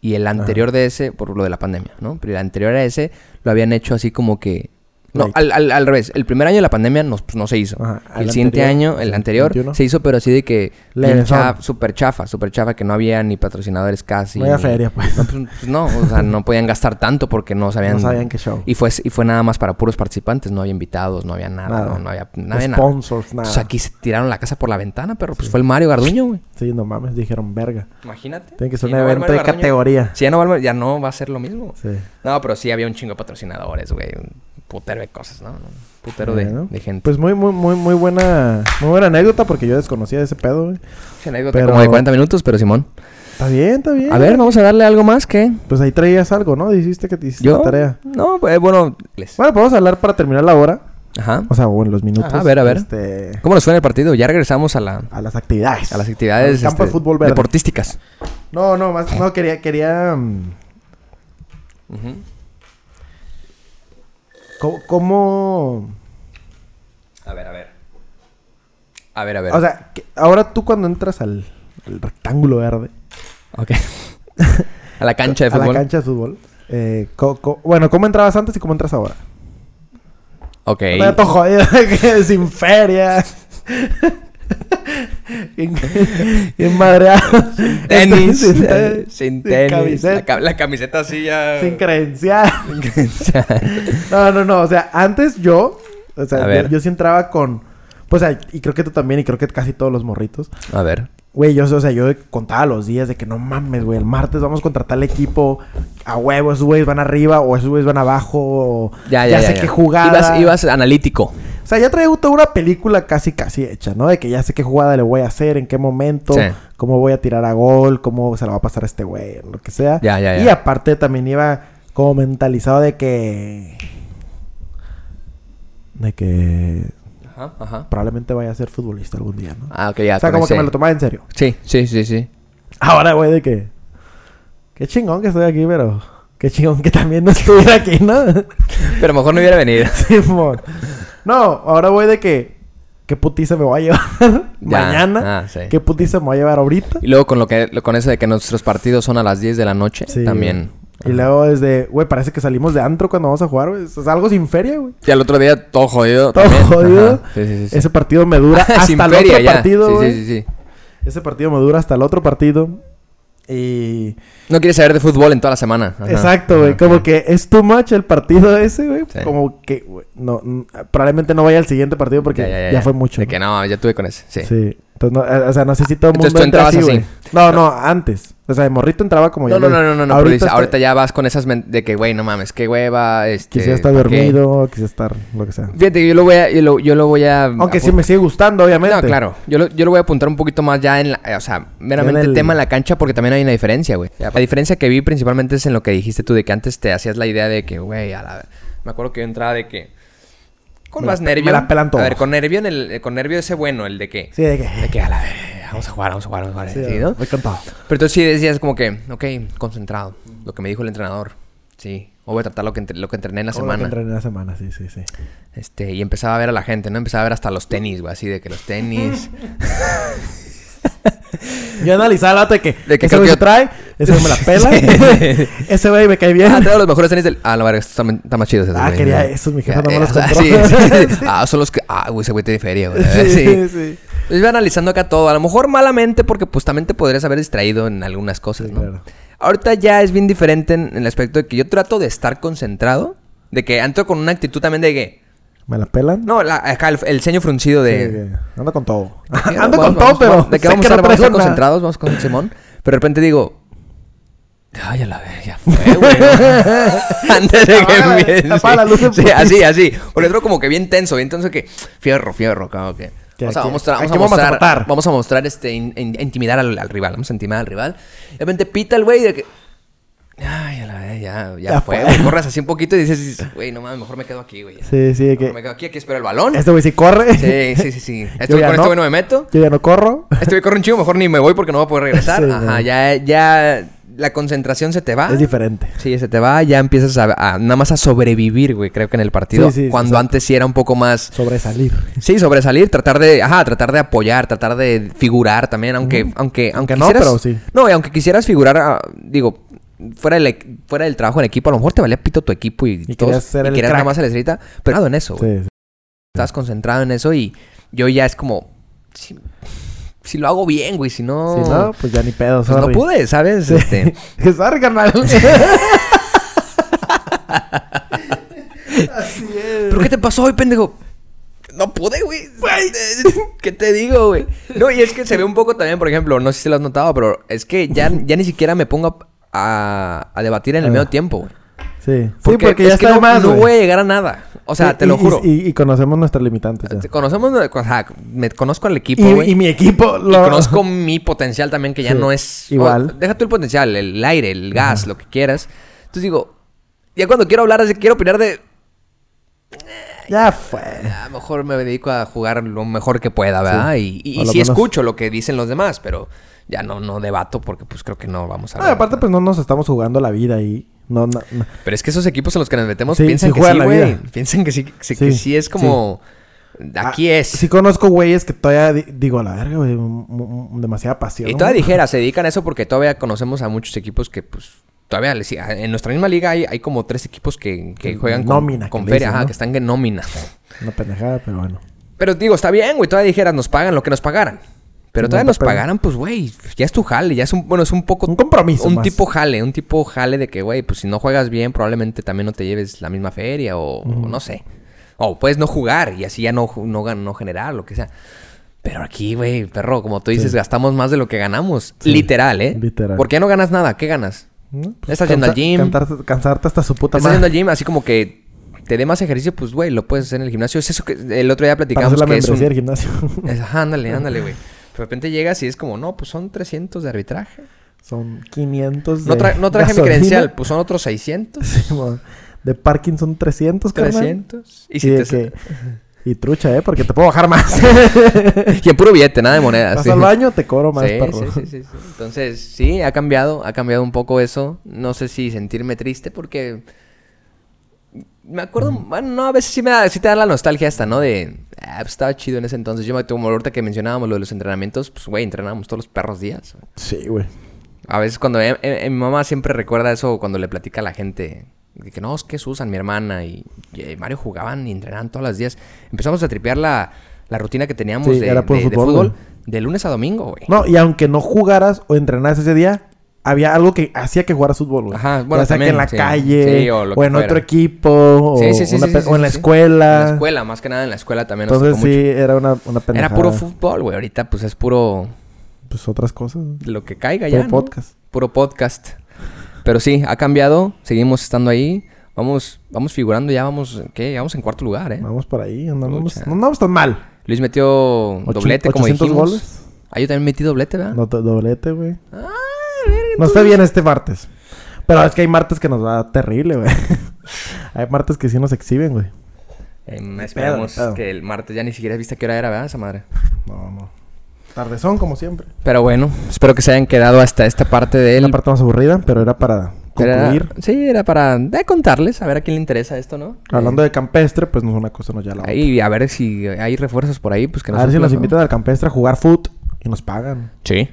Y el anterior de ese, por lo de la pandemia, ¿no? Pero el anterior a ese lo habían hecho así como que... No,
Late.
al, al- al revés. El primer año de la pandemia no, pues, no se hizo.
Ajá,
Y el
al
siguiente
anterior,
año, el
sí,
anterior,
21.
se hizo, pero así de que...
Le
bien
besaron.
cha- Súper chafa, súper chafa, que no había ni patrocinadores casi.
No había
ni-
feria, pues.
No, pues, pues, no, o sea, no podían gastar tanto porque no sabían...
No sabían qué show.
Y fue, y fue nada más para puros participantes, no había invitados, no había nada,
Nada.
No, no había nada. de nada.
Sponsors, nada.
Entonces aquí se tiraron la casa por la ventana, pero pues fue el Mario Garduño, güey.
Sí, no mames, dijeron verga.
Imagínate.
Tiene que ser
Si
un
no va el
evento de
Mario Garduño,
categoría.
Si ya no, va el Mar- ya no va a ser lo mismo.
Sí.
No, pero sí había un chingo de patrocinadores, güey. Un putero de cosas, ¿no? Un putero de,
Bueno,
de gente.
Pues muy, muy, muy, muy buena, muy buena anécdota porque yo desconocía ese pedo, güey.
Sí, anécdota
Pues, pero-
como de 40 minutos, pero Simón.
Está bien, está bien.
A ver, vamos a darle algo más que
Pues ahí traías algo, ¿no? Dijiste que te hiciste
yo.
la tarea.
No, eh, bueno. les-
Bueno, podemos hablar para terminar la hora.
Ajá.
O sea, o en los minutos.
Ajá, Ah, a ver, a ver.
Este,
¿Cómo nos fue en el partido? Ya regresamos a la
a las actividades.
a las actividades este,
Al campo de fútbol verde.
deportísticas.
No, no, más, no, quería, quería... mm,
Ujú.
¿Cómo? cómo-
A ver, a ver. A ver, a ver.
O sea, que- ahora tú cuando entras al, al rectángulo verde.
Ok. a la cancha de
A la
fútbol.
cancha de fútbol. eh, co- co- bueno, ¿cómo entrabas antes y cómo entras ahora?
Ok.
Me todo jodido, que sin feria. Bien bien madreado.
Tenis.
Sin
eh, sin tenis. La,
camiseta.
ca- la camiseta así ya.
Sin credencial.
Sin credencial.
No, no, no. O sea, antes yo. O
A
sea, yo,
ver.
yo sí entraba con. Pues, ay, y creo que tú también, y creo que casi todos los morritos.
a ver.
Güey, yo, o sea, yo contaba los días de que no mames, güey, el martes vamos contra tal equipo, a huevo, esos güeyes van arriba o esos güeyes van abajo, o
Ya, ya,
ya
ya,
sé
ya.
qué jugada.
Ibas, ibas analítico.
O sea, ya traigo toda una película casi, casi hecha, ¿no? De que ya sé qué jugada le voy a hacer, en qué momento,
Sí.
cómo voy a tirar a gol, cómo se la va a pasar a este güey, lo que sea.
Ya, ya, ya.
Y aparte también iba como mentalizado de que... De que
Ajá, ajá.
probablemente vaya a ser futbolista algún día, ¿no?
Ah, ok, ya.
o sea,
con
como
ese-
que me lo tomaba en serio.
Sí, sí, sí, sí.
Ahora, güey, de que... Qué chingón que estoy aquí, pero... Qué chingón que también no estuviera aquí, ¿no?
Pero mejor no hubiera venido.
Simón. No, ahora voy de que. ¿Qué putiza me voy a llevar mañana?
ah, sí.
¿Qué putiza me voy a llevar ahorita?
Y luego con lo que lo- con eso de que nuestros partidos son a las 10 de la noche,
Sí,
también.
Y luego desde, güey, parece que salimos de antro cuando vamos a jugar, güey. Es algo sin feria, güey.
Y al otro día todo jodido.
Todo
también.
jodido.
Ajá. Sí, sí, sí. sí.
Ese partido me dura hasta
Sin
el
feria,
otro
ya.
partido,
Sí,
güey.
sí, sí, sí.
Ese partido me dura hasta el otro partido. Y.
No quieres saber de fútbol en toda la semana. Ajá.
Exacto, güey.
Ajá,
Como
sí.
que es too much el partido ese, güey.
Sí.
Como que, güey, no, mm, probablemente no vaya al siguiente partido porque ya, fue mucho.
De
¿no?
que no, ya tuve con ese. Sí.
Sí. Entonces, no, eh, o sea, no sé si todo el
Entonces,
mundo
tú
entra
entrabas
así, güey.
así.
No, no, antes. O sea, de morrito entraba como
No,
ya
no,
lo-
no, no, no, no, pero
Ahorita,
dices,
está-
ahorita ya vas con esas men- de que, güey, no mames, qué hueva, este...
quisiera estar
¿pa' qué?
dormido, quisiera estar lo que sea.
Fíjate, yo lo voy a... Yo lo, yo lo voy Mm, a
Aunque sí
apun-
me sigue gustando, obviamente.
No, claro. Yo lo, yo lo voy a apuntar un poquito más ya en la... eh, o sea, meramente
En el-
tema en la cancha porque también hay una diferencia, güey. La diferencia que vi principalmente es en lo que dijiste tú de que antes te hacías la idea de que, güey, a la... Me acuerdo que yo entraba de que... Con
Me la
más
pe-
nervio.
me la pelan
A
todos.
ver, con nervio en el... eh, Con nervio ese bueno, el de que...
Sí, de que...
De que a la... Vamos a jugar, vamos a jugar, vamos a jugar.
sí,
¿sí, no?
Voy cantado.
Pero entonces sí decías como que, ok, concentrado. Lo que me dijo el entrenador. Sí. O voy a tratar lo que, entre- lo que entrené en la
Como lo que
semana.
entré en la semana, sí, sí, sí.
Este, y empezaba a ver a la gente, ¿no? Empezaba a ver hasta los tenis, güey. Así de que los tenis...
Yo analizaba el dato de que...
De que
ese
creo
güey
que-
se trae, ese güey me la pela.
Sí.
ese güey me cae bien.
Ah, traigo los mejores tenis del... Ah, la verga, estos están, están más chidos. esos,
Ah,
güey.
quería esos, mi jefa no me los
ah,
compró.
sí, sí, sí. Ah, son los que... Ah, güey, ese güey te difería, güey. Sí.
sí, sí.
Entonces iba analizando acá todo. A lo mejor malamente porque pues también te podrías haber distraído en algunas cosas,
Sí,
¿no?
claro.
Ahorita ya es bien diferente en, en el aspecto de que yo trato de estar concentrado. De que entro con una actitud también de que...
¿Me la pelan?
No, la- acá el, el ceño fruncido
Sí,
de...
de que Ando con todo.
Sí,
Ando
vamos-
Este, con todo,
vamos-
pero...
vamos- De que
sé
vamos a
no
estar, vamos a estar
traigo nada.
concentrados, vamos con Simón. Pero de repente digo. Ay, a la vez, ya fue, güey. ¿no?" Antes de que
Apaga la-
empiece.
apaga la luz en
Sí,
putiza.
así, así. Por otro como que bien tenso, bien tenso que. Fierro, fierro, como que.
Que
Vamos a,
aquí-
vamos a-
aquí
vamos a
vamos a
mostrar.
matar.
vamos a mostrar este. in- in- intimidar al, al rival. Vamos a intimidar al rival. De repente pita el güey de que. Ay, a la vez, ya, ya,
Ya
fue.
fue.
güey. Corres así un poquito y dices, güey, no mames, mejor me quedo aquí, güey.
Sí, sí, de
Mejor
que...
Me quedo aquí, aquí espero el balón.
Este güey sí corre.
Oh Sí, sí, sí, sí. Este,
Yo
con
ya
este
no.
güey no me meto.
Yo ya no corro.
Este güey corre un chingo, mejor ni me voy porque no voy a poder regresar.
Sí,
Ajá,
güey.
ya, ya la concentración se te va.
Es diferente.
Sí, se te va, ya empiezas a, a- nada más a sobrevivir, güey, creo que en el partido.
Sí, sí,
cuando
exacto.
antes sí era un poco más.
Sobresalir.
Sí, sobresalir, tratar de, ajá, tratar de apoyar, tratar de figurar también, aunque, aunque, aunque,
Aunque no,
quisieras-
pero sí.
No, y aunque quisieras figurar, ah, digo, fuera del, e- fuera del trabajo en equipo, a lo mejor te valía pito tu equipo y,
Y querías ser
y
el
querías nada
crack.
más a la estrellita, pero nada en eso, güey.
Sí, sí.
Estás concentrado en eso y yo ya es como. Si, si lo hago bien, güey, si no.
Si no, pues ya ni pedo,
Oh. pues no
sorry.
pude, ¿sabes?
Sí.
Este,
sorry, carnal. Así es.
¿Pero qué te pasó hoy, pendejo? No pude, güey. ¿Qué te digo, güey? No, y es que se ve un poco también, por ejemplo, no sé si lo has notado, pero es que ya, ya ni siquiera me pongo a, a debatir en el
Ah.
medio tiempo, güey.
Sí. Sí, porque, ya
es que
está
no,
de más,
no
güey.
voy a llegar a nada. O sea,
Y-
te lo
y-
juro.
Y, y conocemos nuestras limitantes ya.
Conocemos, o sea, me conozco al equipo,
Y,
güey.
y mi equipo
Y
lo...
conozco mi potencial también, que ya
Sí,
no es.
igual.
o- deja tú el potencial, el aire, el gas, lo que quieras. Entonces digo, ya cuando quiero hablar, así, quiero opinar de.
Ya fue.
A lo mejor me dedico a jugar lo mejor que pueda, ¿verdad?
Sí.
Y, y,
O
y
lo
sí
menos-
escucho lo que dicen los demás, pero ya no, no debato porque, pues creo que no vamos a.
No, y aparte,
debatir.
pues no nos estamos jugando la vida ahí. No, no, no.
Pero es que esos equipos en los que nos metemos
Sí,
piensan
sí
que
juegan
sí,
la
güey.
vida.
Piensan que sí, que sí-
Sí,
que sí es como. Aquí
Ah,
es.
Sí conozco güeyes que todavía... di- digo, a la verga, güey. m- m- Demasiada pasión.
Y todavía dijera, se dedican a eso porque todavía conocemos a muchos equipos que, pues, todavía les- en nuestra misma liga hay, hay como tres equipos que, que juegan con,
Nómina,
con
que le
feria,
dicen,
ajá,
¿no?
que están en nómina.
Una pendejada, pero bueno.
Pero digo, está bien, güey, todavía dijeras, nos pagan lo que nos pagaran. Pero
Sí,
todavía
no te
nos
pagan.
pagaran, pues, güey, ya es tu jale, ya es un, bueno, es un poco...
Un compromiso
Un
más.
tipo jale, un tipo jale de que, güey, pues si no juegas bien, probablemente también no te lleves la misma feria o, o no sé. O puedes no jugar y así ya no, ju- no, gan- no generar, lo que sea. Pero aquí, güey, perro, como tú dices, gastamos más de lo que ganamos. Literal, ¿eh?
Literal.
¿Por qué no ganas nada? ¿Qué ganas?
¿no? Pues
Mm, Estás yendo al
cansa-
gym.
cantarte- cansarte hasta su puta
Estás yendo
madre.
al gym, así como que te dé más ejercicio, pues, güey, lo puedes hacer en el gimnasio. Es eso que el otro día
Para hacer
platicamos
la
que es
membresía
un...
del gimnasio.
es- ajá, ándale, ándale, güey. De repente llegas y es como, no, pues son 300 de arbitraje.
Son 500 de
No, tra- no traje mi
gasolina.
credencial, pues son otros 600,
Sí, mo- de parking son 300, carnal.
300. Y,
Y,
si
de
te-
que- y trucha, ¿eh? Porque te puedo bajar más.
y en puro billete, nada de monedas.
Vas
Ah, sí.
al baño, te cobro más,
Sí,
perro.
sí, sí, sí, sí. Entonces, sí, ha cambiado, ha cambiado un poco eso. No sé si sentirme triste porque me acuerdo, bueno, no, a veces sí me da, sí te da la nostalgia esta, ¿no? De, ah, pues, estaba chido en ese entonces. Yo me como ahorita que mencionábamos lo de los entrenamientos, pues, güey, entrenábamos todos los perros días. güey.
Sí, güey.
A veces cuando, eh, eh, mi mamá siempre recuerda eso cuando le platica a la gente. de que no, es que Susan, mi hermana y, y eh, Mario jugaban y entrenaban todos los días. Empezamos a tripear la, la rutina que teníamos
Sí,
de,
era puro
de- de
fútbol,
fútbol
güey.
de lunes a domingo, güey.
No, y aunque no jugaras o entrenaras ese día, había algo que hacía que jugaras fútbol, güey.
Ajá, bueno,
ya sea
también,
que en la
sí.
calle,
Sí, o
o,
lo que
en
fuera.
otro equipo, o,
Sí, sí, sí,
una
sí,
pe-
sí,
o en
sí,
la
sí.
escuela.
En la escuela, más que nada en la escuela también. nos
Entonces
tocó
sí,
mucho.
era una, una pendejada.
Era puro fútbol, güey. Ahorita pues es puro
Pues otras cosas.
lo que caiga
Puro
ya. ¿no?
podcast.
Puro podcast. Pero sí, ha cambiado. Seguimos estando ahí. Vamos, vamos figurando ya, vamos, ¿qué? Vamos en cuarto lugar, ¿eh?
Vamos para ahí, andamos,
Trucha.
no andamos tan mal.
Luis metió
Ocho-
doblete, como
800
dijimos.
goles.
Ah, yo también metí doblete, ¿verdad?
No, to- doblete, güey.
Ah, verga,
No
entonces-
está bien este martes. Pero es que hay martes que nos va terrible, güey. hay martes que sí nos exhiben, güey.
Em, esperamos
pedo.
que el martes ya ni siquiera viste a qué hora era, ¿verdad? Esa madre.
No, no. Tardezón, como siempre.
Pero bueno, espero que se hayan quedado hasta esta parte
Es la
del
parte más aburrida, pero era para
Era-
concluir.
sí, era para eh, contarles, a ver a quién le interesa esto, ¿no?
Hablando de campestre, pues no es una cosa, no ya la otra.
Ahí, a ver si hay refuerzos por ahí, pues que
A ver si
suplan,
nos
¿no?
invitan al campestre a jugar foot y nos pagan.
Sí,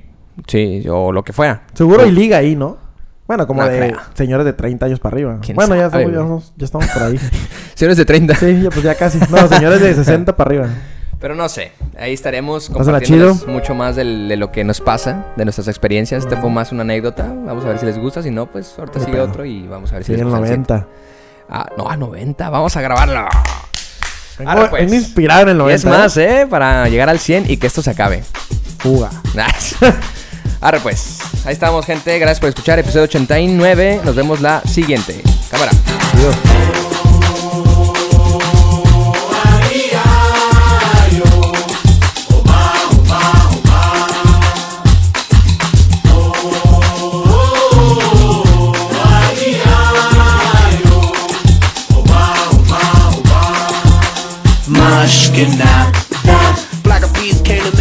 sí, o lo que fuera.
Seguro hay liga ahí, ¿no? Bueno, como
Pues No
de
creo.
señores de 30 años para arriba.
¿Quién
Bueno, ya,
sabe,
estamos, ya,
güey?
estamos- ya estamos por ahí.
Si eres de 30.
sí, ya, pues ya casi. No, señores de 60 para arriba.
Pero no sé, ahí estaremos
Pásala
compartiéndoles
chido.
mucho más del- de lo que nos pasa, de nuestras experiencias. Este fue más una anécdota. Vamos a ver si les gusta. Si no, pues ahorita
Ni
sigue
pedo.
otro y vamos a ver si
Sí,
les
en
gusta. el
90.
siguiente. Ah, no, a 90. Vamos a grabarlo.
Vengo,
Ahora, pues.
vengo inspirado en el 90.
Y es más, ¿eh? Para llegar al 100 y que esto se acabe.
Fuga.
Ahora pues, ahí estamos, gente. Gracias por escuchar. Episodio 89. Nos vemos la siguiente. Cámara.
Adiós.
Mushkin now. Black of peas came to